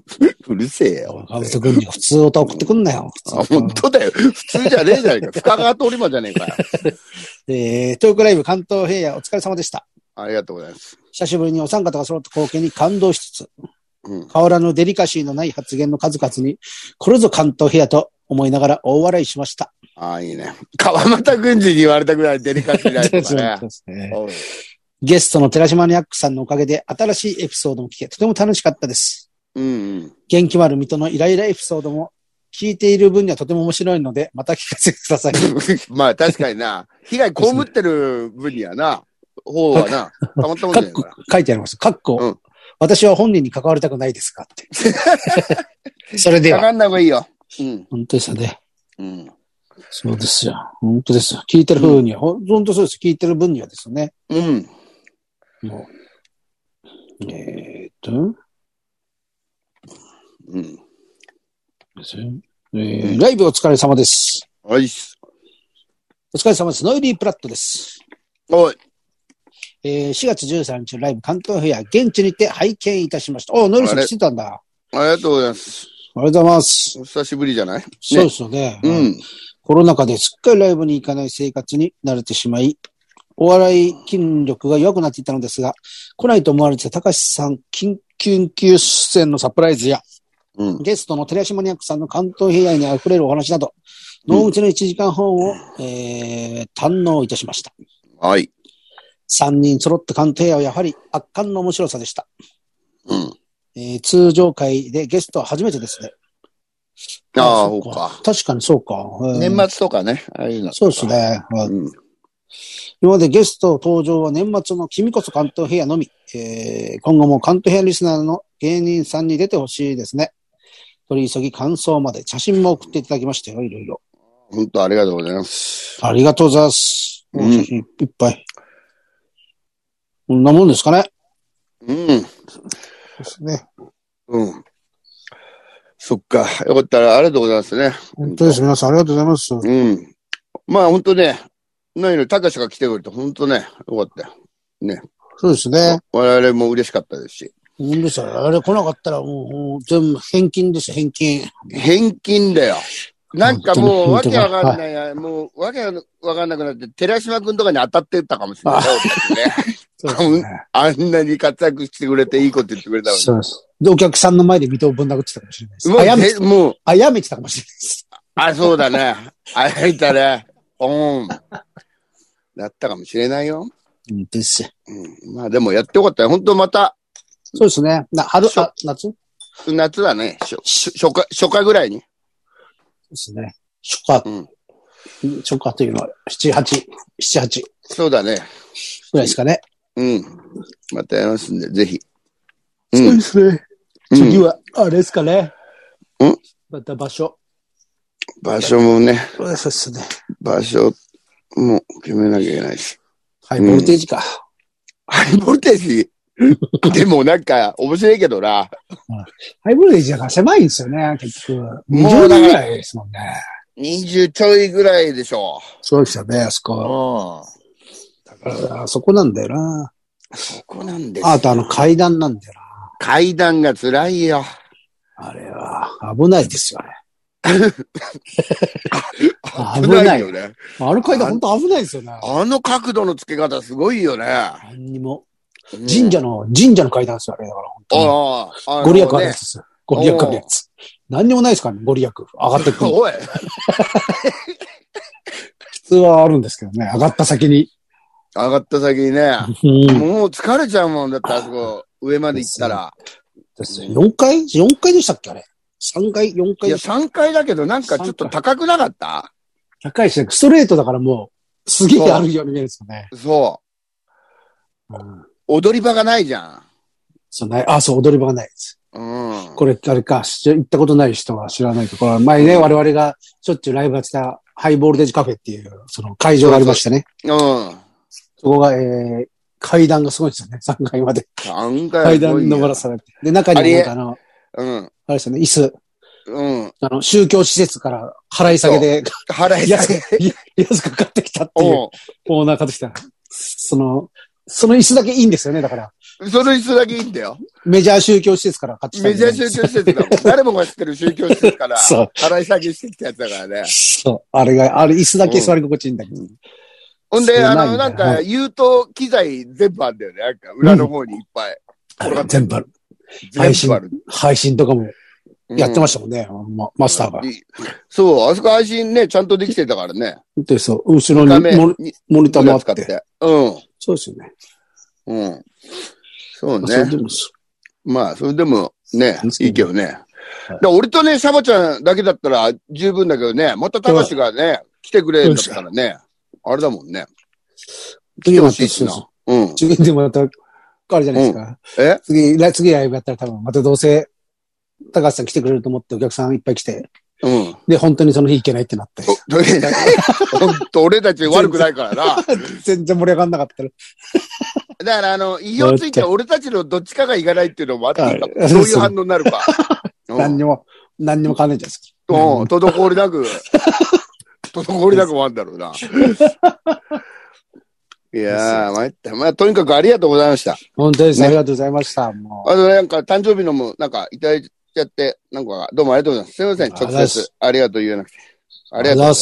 [SPEAKER 2] うるせえよ。
[SPEAKER 1] 川端軍人、普通おた送ってくんなよ。
[SPEAKER 2] あ、本当だよ。普通じゃねえじゃねえか。深川通り魔じゃねえかよ。
[SPEAKER 1] えー、トークライブ関東平野お疲れ様でした。
[SPEAKER 2] ありがとうございます。
[SPEAKER 1] 久しぶりにお三方が揃った光景に感動しつつ、
[SPEAKER 2] うん。
[SPEAKER 1] 河原のデリカシーのない発言の数々に、これぞ関東平野と思いながら大笑いしました。
[SPEAKER 2] ああ、いいね。川又軍人に言われたぐらいデリカシーないとかね。うん
[SPEAKER 1] ゲストの寺島のヤックさんのおかげで新しいエピソードも聞け、とても楽しかったです。
[SPEAKER 2] うんうん。
[SPEAKER 1] 元気丸水戸のイライラエピソードも聞いている分にはとても面白いので、また聞かせてください。
[SPEAKER 2] まあ確かにな。被害被ってる分にはな、方は な、たまったもん
[SPEAKER 1] か
[SPEAKER 2] じゃな
[SPEAKER 1] っ
[SPEAKER 2] い
[SPEAKER 1] こ
[SPEAKER 2] から。、
[SPEAKER 1] 書いてあります。かっこ、
[SPEAKER 2] うん
[SPEAKER 1] 私は本人に関わりたくないですか って。それで
[SPEAKER 2] か
[SPEAKER 1] は。
[SPEAKER 2] かんない方がいいよ。うん。
[SPEAKER 1] 本当ですよね。
[SPEAKER 2] うん。
[SPEAKER 1] そうですよ。本当ですよ。聞いてる風には、ほん、本当そうです。聞いてる分にはですね。
[SPEAKER 2] うん。
[SPEAKER 1] もう。えーっと、
[SPEAKER 2] うん。
[SPEAKER 1] えーライブお疲れ様です。
[SPEAKER 2] おいっす。
[SPEAKER 1] お疲れ様です。ノイリープラットです。
[SPEAKER 2] おい。
[SPEAKER 1] えー4月13日のライブ関東平野、現地にて拝見いたしました。おノイリーさん
[SPEAKER 2] あれ
[SPEAKER 1] 来てたんだ。あ
[SPEAKER 2] ありがとうございます。
[SPEAKER 1] りがとうございます。
[SPEAKER 2] お久しぶりじゃない
[SPEAKER 1] そうですよね。
[SPEAKER 2] う
[SPEAKER 1] はい
[SPEAKER 2] ん。
[SPEAKER 1] コロナ禍ですっかりライブに行かない生活に慣れてしまい、お笑い筋力が弱くなっていたのですが、来ないと思われてた高橋さん、緊緊急出演のサプライズや、
[SPEAKER 2] うん。
[SPEAKER 1] ゲストの寺島ニャックさんの関東平野に溢れるお話など、
[SPEAKER 2] うん
[SPEAKER 1] 濃密の1時間半を、えー堪能いたしました。
[SPEAKER 2] はい。
[SPEAKER 1] 3人揃った鑑定屋はやはり圧巻の面白さでした。
[SPEAKER 2] うん。
[SPEAKER 1] えー通常会でゲストは初めてですね。
[SPEAKER 2] あ
[SPEAKER 1] そ
[SPEAKER 2] あ、そうう
[SPEAKER 1] か
[SPEAKER 2] か。
[SPEAKER 1] 確かにそうか。うん
[SPEAKER 2] 年末とかね、ああいうの。
[SPEAKER 1] そうです。ね。はい
[SPEAKER 2] うん。
[SPEAKER 1] 今までゲスト登場は年末の君こそ関東平野のみ、えー、今後も関東平野リスナーの芸人さんに出てほしいですね。取り急ぎ感想まで写真も送っていただきましたよ、いろいろ。
[SPEAKER 2] 本当ありがとうございます。
[SPEAKER 1] ありがとうございます。
[SPEAKER 2] うん
[SPEAKER 1] もう写真いっぱい。こんなもんですかね。
[SPEAKER 2] うん。
[SPEAKER 1] ですね。
[SPEAKER 2] うん。そっか。よかったら、ありがとうございますね。
[SPEAKER 1] 本当です。皆さんありがとうございます。
[SPEAKER 2] うん。まあ、本当ね、何より、たかしが来てくれて、本当ね、よかったよ。
[SPEAKER 1] そうですね。
[SPEAKER 2] 我々も嬉しかったですし。
[SPEAKER 1] うんですよ。あれ来なかったらもう、もう全部返金ですよ、返金。
[SPEAKER 2] 返金だよ。なんかもう、
[SPEAKER 1] 本
[SPEAKER 2] わ
[SPEAKER 1] 当
[SPEAKER 2] け
[SPEAKER 1] だ
[SPEAKER 2] わかんないや、もう、わけわかんなくなって、寺島くんとかに当たってったかもしれないよ。俺たちね
[SPEAKER 1] そう
[SPEAKER 2] ですねあんなに活躍してくれて、いいこと言ってくれたのに。
[SPEAKER 1] そうです。で、お客さんの前で水戸をぶん殴ってたかもしれないです。
[SPEAKER 2] もう
[SPEAKER 1] あやめ
[SPEAKER 2] ぜ、もう、
[SPEAKER 1] あやめてたかもしれないです。
[SPEAKER 2] あ、そうだね。あやいたね。うん。なったかもしれないよ。
[SPEAKER 1] うん、ですよ。
[SPEAKER 2] うん。まあでもやってよかったよ。本当また、
[SPEAKER 1] そうですね。な春、あ夏で
[SPEAKER 2] 夏だね。しょし初夏、初夏ぐらいに。
[SPEAKER 1] すね。初夏、
[SPEAKER 2] うん
[SPEAKER 1] 初夏というのは、7、8、7、8
[SPEAKER 2] そうだね。
[SPEAKER 1] ぐらいですかね。
[SPEAKER 2] うん。またやりますんで、ぜひ。うん。
[SPEAKER 1] すね。次
[SPEAKER 2] うん、
[SPEAKER 1] は、あれですかね。
[SPEAKER 2] うん
[SPEAKER 1] また場所。
[SPEAKER 2] 場所もね、
[SPEAKER 1] そうですね。
[SPEAKER 2] 場所も決めなきゃいけないし。
[SPEAKER 1] ハイ
[SPEAKER 2] うん
[SPEAKER 1] ボルテージか。
[SPEAKER 2] ハイボルテージでもなんか、面白いけどな。
[SPEAKER 1] ハイボルテージだから狭いんですよね、結局。
[SPEAKER 2] もう
[SPEAKER 1] 20人ぐらいですもんね。
[SPEAKER 2] 20ちょいぐらいでしょ。
[SPEAKER 1] そうですよね、あそうこ。
[SPEAKER 2] ん。
[SPEAKER 1] だから、あそこなんだよな。
[SPEAKER 2] そこなんですよ。
[SPEAKER 1] あとあの階段なんだよな。
[SPEAKER 2] 階段が辛いよ。
[SPEAKER 1] あれは、危ないですよね。危
[SPEAKER 2] 危
[SPEAKER 1] ない
[SPEAKER 2] ないよね。
[SPEAKER 1] あの階段本当危ないですよね。
[SPEAKER 2] あの角度のつけ方すごいよね。
[SPEAKER 1] 何にも。神社の、神社の階段ですよ、あれだから、本当
[SPEAKER 2] あああ
[SPEAKER 1] に。
[SPEAKER 2] の
[SPEAKER 1] ご利益ある
[SPEAKER 2] ね
[SPEAKER 1] やつですよ。ご利益あるやつ。何にもないですからね、ご利益。上がってくる。
[SPEAKER 2] おい、
[SPEAKER 1] 普通はあるんですけどね、上がった先 に。
[SPEAKER 2] 上がった先にね、
[SPEAKER 1] うん。
[SPEAKER 2] もう疲れちゃうもんだって、あそこ、上まで行ったら。
[SPEAKER 1] ですよ4階 ?4 階でしたっけ、あれ。3階、4
[SPEAKER 2] い
[SPEAKER 1] 階
[SPEAKER 2] や、3階だけど、なんかちょっと高くなかった
[SPEAKER 1] 高いし、ストレートだからもう、すげえあるように見えるんですよね。
[SPEAKER 2] そ
[SPEAKER 1] うん。
[SPEAKER 2] う。踊り場がないじゃ
[SPEAKER 1] そうない、あ、そう、踊り場がないです。
[SPEAKER 2] ん。うん。
[SPEAKER 1] これ、あれか、し行ったことない人は知らないけど、これ前ね、我々がしょっちゅうライブやってたハイボルテージカフェっていう、その会場がありましてね。
[SPEAKER 2] うん。
[SPEAKER 1] そこが、えー、階段がすごいですよね、3階まで。
[SPEAKER 2] 3階
[SPEAKER 1] 階段登らされて。で、中にはなんかあの、
[SPEAKER 2] うん。
[SPEAKER 1] あれですよね、椅子、
[SPEAKER 2] うん。
[SPEAKER 1] あの、宗教施設から払い下げで、
[SPEAKER 2] 払い 下
[SPEAKER 1] 安
[SPEAKER 2] げ。
[SPEAKER 1] く、い安く買ってきたっていう、
[SPEAKER 2] おう
[SPEAKER 1] オーナー買ってきた。その、その椅子だけいいんですよね、だから。
[SPEAKER 2] その椅子だけいいん だよ。
[SPEAKER 1] メジャー宗教施設から買ってきた。
[SPEAKER 2] メジャー宗教施設だ もん。誰もが知ってる宗教施設から、
[SPEAKER 1] そう。
[SPEAKER 2] 払い下げしてきたやつだからね。
[SPEAKER 1] そう。あれが、あれ椅子だけ座り心地いいんだけど。
[SPEAKER 2] ほんで、
[SPEAKER 1] 少
[SPEAKER 2] あ
[SPEAKER 1] ない
[SPEAKER 2] の、
[SPEAKER 1] んだ
[SPEAKER 2] なんか、
[SPEAKER 1] は
[SPEAKER 2] 優等機材全部あるんだよね。なんか、裏の方にいっぱい。
[SPEAKER 1] あれ全部ある。配
[SPEAKER 2] 全
[SPEAKER 1] 信
[SPEAKER 2] 部ある。
[SPEAKER 1] 配信とかもやってましたもんね、まマ
[SPEAKER 2] ま
[SPEAKER 1] スターが。
[SPEAKER 2] そう、あそこ配信ね、ちゃんとできてたからね。
[SPEAKER 1] で、そう、後ろ
[SPEAKER 2] 画
[SPEAKER 1] に
[SPEAKER 2] 面
[SPEAKER 1] モニ
[SPEAKER 2] に、
[SPEAKER 1] モニターもあっ。
[SPEAKER 2] 使ってて。うん。
[SPEAKER 1] そうですよね。
[SPEAKER 2] うん。そう
[SPEAKER 1] まあそれ
[SPEAKER 2] ね
[SPEAKER 1] で。もそ
[SPEAKER 2] まあ、それでも、ね
[SPEAKER 1] そうで、すね
[SPEAKER 2] いいけどね。だから俺とね、シャバちゃんだけだったら十分だけどね、また高橋がね、来てくれるんだったらね、あれだもんね。
[SPEAKER 1] 次
[SPEAKER 2] 来て
[SPEAKER 1] も
[SPEAKER 2] ほ
[SPEAKER 1] ま
[SPEAKER 2] しい
[SPEAKER 1] た、
[SPEAKER 2] し
[SPEAKER 1] そう
[SPEAKER 2] な
[SPEAKER 1] そう。
[SPEAKER 2] うん。
[SPEAKER 1] 次でもまた、あれじゃないですか。
[SPEAKER 2] え
[SPEAKER 1] 次、来次ライブやったら多分、またどうせ、高橋さん来てくれると思ってお客さんいっぱい来て、
[SPEAKER 2] うん。
[SPEAKER 1] で、本当にその日行けないってなって。
[SPEAKER 2] おとにかくほん と、俺たち悪くないからな。
[SPEAKER 1] 全然盛り上がんなかったら。
[SPEAKER 2] だから、あの、異様ついて俺たちのどっちかが行かないっていうのもあっていいかも
[SPEAKER 1] は。い
[SPEAKER 2] どういう反応になる か。
[SPEAKER 1] 何にも、何にも変わんないじゃないですか。
[SPEAKER 2] うん、滞りなく、滞りなくもあるんだろう な。いやー、参った。まあ、とにかくありがとうございました。
[SPEAKER 1] 本当です。
[SPEAKER 2] ね
[SPEAKER 1] ありがとうございました。もう。
[SPEAKER 2] あと、なんか、誕生日のも、なんか、いただいちゃって、なんか、どうもありがとうございます。すいませ
[SPEAKER 1] あ
[SPEAKER 2] ん、
[SPEAKER 1] りがとうご
[SPEAKER 2] 直
[SPEAKER 1] ざいます
[SPEAKER 2] 接、ありがとう言えなくて。あ
[SPEAKER 1] あ
[SPEAKER 2] り
[SPEAKER 1] り
[SPEAKER 2] がと
[SPEAKER 1] が
[SPEAKER 2] う
[SPEAKER 1] と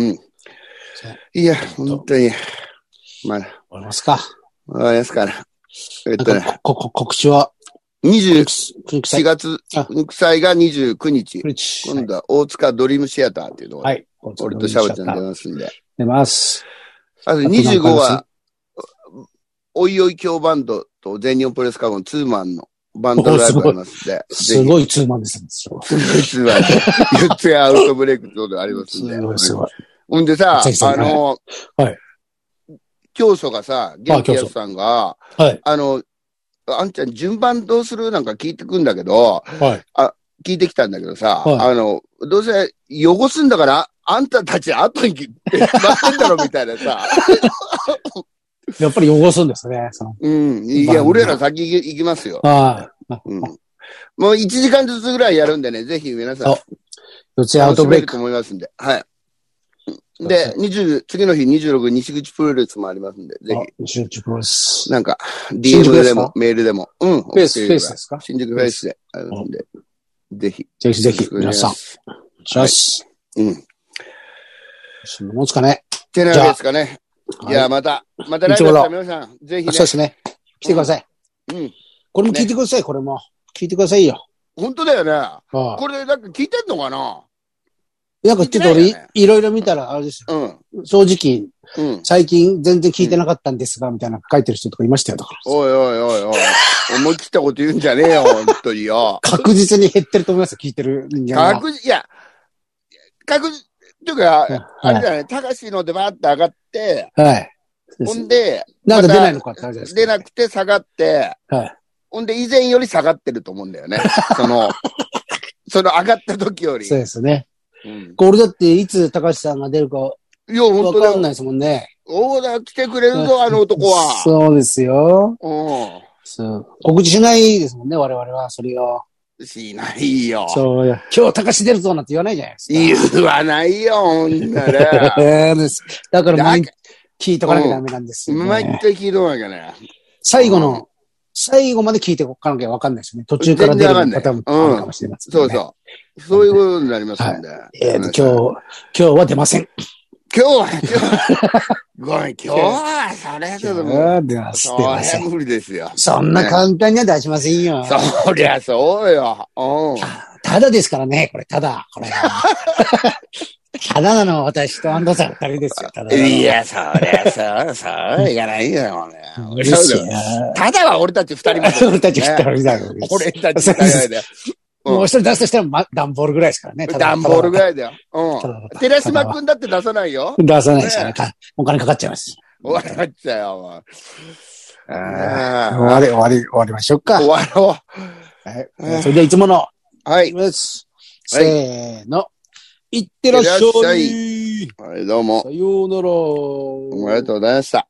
[SPEAKER 1] うござい
[SPEAKER 2] ざ
[SPEAKER 1] ま
[SPEAKER 2] います。
[SPEAKER 1] す。
[SPEAKER 2] いや、本当に。まあ、
[SPEAKER 1] 終わりますか。
[SPEAKER 2] わかりますから。えっと
[SPEAKER 1] なん
[SPEAKER 2] ね、
[SPEAKER 1] か、こ、こ、告知は、
[SPEAKER 2] 24
[SPEAKER 1] 国際。
[SPEAKER 2] 月、
[SPEAKER 1] あ
[SPEAKER 2] 肉祭が29日。
[SPEAKER 1] クリッチ
[SPEAKER 2] 今度は大塚ドリームシアターっていうところ。
[SPEAKER 1] はい。
[SPEAKER 2] 俺とシャバちゃん出
[SPEAKER 1] で。
[SPEAKER 2] ますんで。
[SPEAKER 1] 出ます。
[SPEAKER 2] あと
[SPEAKER 1] あとなん
[SPEAKER 2] 25
[SPEAKER 1] かあります
[SPEAKER 2] は、おいおい京バンドと全日本プロレスカゴンツーマンのバンドライブありますんで、
[SPEAKER 1] す
[SPEAKER 2] い。
[SPEAKER 1] ごいツーマンですね。すごい
[SPEAKER 2] すごいツーマン。 言ってアウトブレイクってことがありますんで。
[SPEAKER 1] すごい、すごい。
[SPEAKER 2] ほんでさ、
[SPEAKER 1] ぜひぜひ
[SPEAKER 2] あの、
[SPEAKER 1] はい
[SPEAKER 2] 教祖がさ、元気やすさんが、
[SPEAKER 1] はい
[SPEAKER 2] あの、あんちゃん順番どうするなんか聞いてくんだけど、
[SPEAKER 1] はい。
[SPEAKER 2] 聞いてきたんだけどさ、
[SPEAKER 1] はい
[SPEAKER 2] あの、どうせ汚すんだから、あんたたち後に来 待ってんだろみたいなさ。
[SPEAKER 1] やっぱり汚すんですね。その
[SPEAKER 2] うん。い
[SPEAKER 1] まあ
[SPEAKER 2] や、俺ら先行き行きますよ。
[SPEAKER 1] ああ、
[SPEAKER 2] うん。もう1時間ずつぐらいやるんでね、ぜひ皆さん
[SPEAKER 1] あ、四ツ谷アウ
[SPEAKER 2] 楽
[SPEAKER 1] ト
[SPEAKER 2] し
[SPEAKER 1] ブレ
[SPEAKER 2] め
[SPEAKER 1] イ
[SPEAKER 2] る
[SPEAKER 1] ク。
[SPEAKER 2] と思いますんで。はい。
[SPEAKER 1] う
[SPEAKER 2] で、20、次の日26、西口プロレスもありますんで、ぜ
[SPEAKER 1] あ、新宿プロレス
[SPEAKER 2] ひ、。なんか、
[SPEAKER 1] 新宿
[SPEAKER 2] DM
[SPEAKER 1] です
[SPEAKER 2] で
[SPEAKER 1] か
[SPEAKER 2] も、メールでも、うん、
[SPEAKER 1] フェイス、フェ
[SPEAKER 2] 送ってくれれば
[SPEAKER 1] イスですか
[SPEAKER 2] 新宿フェイスであるんで、ぜひ。
[SPEAKER 1] ぜひぜひ、皆さん、お願いします。
[SPEAKER 2] うん。っ
[SPEAKER 1] そんなもんですかね。
[SPEAKER 2] てなわけですかね。
[SPEAKER 1] はい
[SPEAKER 2] や、また、また来月は皆さん、ぜひね
[SPEAKER 1] そうですね。来てください。
[SPEAKER 2] うん。
[SPEAKER 1] これも聞いてください、これも。聞いてくださいよ。
[SPEAKER 2] 本当だよね。
[SPEAKER 1] ああ
[SPEAKER 2] これ、なんか聞いてんのかな
[SPEAKER 1] なんかちょっと
[SPEAKER 2] 聞い
[SPEAKER 1] 俺
[SPEAKER 2] てないよね、
[SPEAKER 1] いろいろ見たら、あれですよ。
[SPEAKER 2] うん。
[SPEAKER 1] 正直、
[SPEAKER 2] うん。
[SPEAKER 1] 最近全然聞いてなかったんですが、みたいな書いてる人とかいましたよ、だから。
[SPEAKER 2] おいおいおいおい。思い切ったこと言うんじゃねえ よ、本当によ。
[SPEAKER 1] 確実に減ってると思いますよ、聞いてる人間は。
[SPEAKER 2] 確実、いや、確実、というか、あれ
[SPEAKER 1] は
[SPEAKER 2] じゃない、高橋のでバーって上がって、
[SPEAKER 1] い。はい。
[SPEAKER 2] ほんで、
[SPEAKER 1] なんか出ないのかって話ですか
[SPEAKER 2] 出なくて下がって、
[SPEAKER 1] はい
[SPEAKER 2] ほんで、以前より下がってると思うんだ よね。その、その上がった時より。
[SPEAKER 1] そうですね。
[SPEAKER 2] うん
[SPEAKER 1] これだって、いつ高橋さんが出るか
[SPEAKER 2] いや、本当
[SPEAKER 1] わ
[SPEAKER 2] だ
[SPEAKER 1] かん
[SPEAKER 2] よ。
[SPEAKER 1] ないですもんね。
[SPEAKER 2] おーだ、来てくれるぞ、あの男は。
[SPEAKER 1] そうですよ。
[SPEAKER 2] う
[SPEAKER 1] そう。告知しないですもんね、我々は、それを。
[SPEAKER 2] ん。しないよ。
[SPEAKER 1] そうや。今日高橋出るぞなんて言わないじゃないですか。
[SPEAKER 2] 言わないよ、ほんな ら。
[SPEAKER 1] ええです。だから毎
[SPEAKER 2] だ
[SPEAKER 1] 日聞いとかなきゃダメなんですよね、
[SPEAKER 2] 毎回聞いとかなきゃね。
[SPEAKER 1] 最後の、最後まで聞いておかなきゃわかんないですね。途中から出るパターンもあるかもしれません、
[SPEAKER 2] そうそう。そういうことになりますんで。
[SPEAKER 1] えっ、と、今日、今日は出ません。
[SPEAKER 2] 今日は、今日は ごめん、今日は、それはちょっともう
[SPEAKER 1] 今日は出ませ
[SPEAKER 2] そ
[SPEAKER 1] ん。出
[SPEAKER 2] りゃ
[SPEAKER 1] ません
[SPEAKER 2] 無理ですよ。
[SPEAKER 1] そんな簡単には出しませんよ。
[SPEAKER 2] そりゃそうよ。うん。
[SPEAKER 1] ただですからね、これ、ただ、これ。 ただなの、私と安藤さん二人ですよ、ただなの。
[SPEAKER 2] いや、そりゃそう、そういかないよ、
[SPEAKER 1] う
[SPEAKER 2] 俺。
[SPEAKER 1] るせえな、
[SPEAKER 2] そうだよ。ただは俺たち二人もそうだよね。
[SPEAKER 1] 俺たち二人だよ。
[SPEAKER 2] 俺たち二人だよ。うん
[SPEAKER 1] もう一人出すとしたら、ま、段ボールぐらいですからね。ただ
[SPEAKER 2] 段ボールぐ
[SPEAKER 1] い。
[SPEAKER 2] らいだよ。
[SPEAKER 1] た
[SPEAKER 2] う
[SPEAKER 1] だ
[SPEAKER 2] ん。寺島くんだって出さないよ。
[SPEAKER 1] 出さないですからね。かお金かかっちゃいます。
[SPEAKER 2] 終わっちゃうよ、もう。
[SPEAKER 1] 終
[SPEAKER 2] あ
[SPEAKER 1] わり、終わり、終わりましょう
[SPEAKER 2] あ
[SPEAKER 1] か。
[SPEAKER 2] 終
[SPEAKER 1] は
[SPEAKER 2] わろ
[SPEAKER 1] い。それではいつもの、
[SPEAKER 2] う。はい
[SPEAKER 1] いき。ます。せーの。いってらっしゃい。
[SPEAKER 2] はい、どうも。
[SPEAKER 1] さようなら。
[SPEAKER 2] ありがとうございました。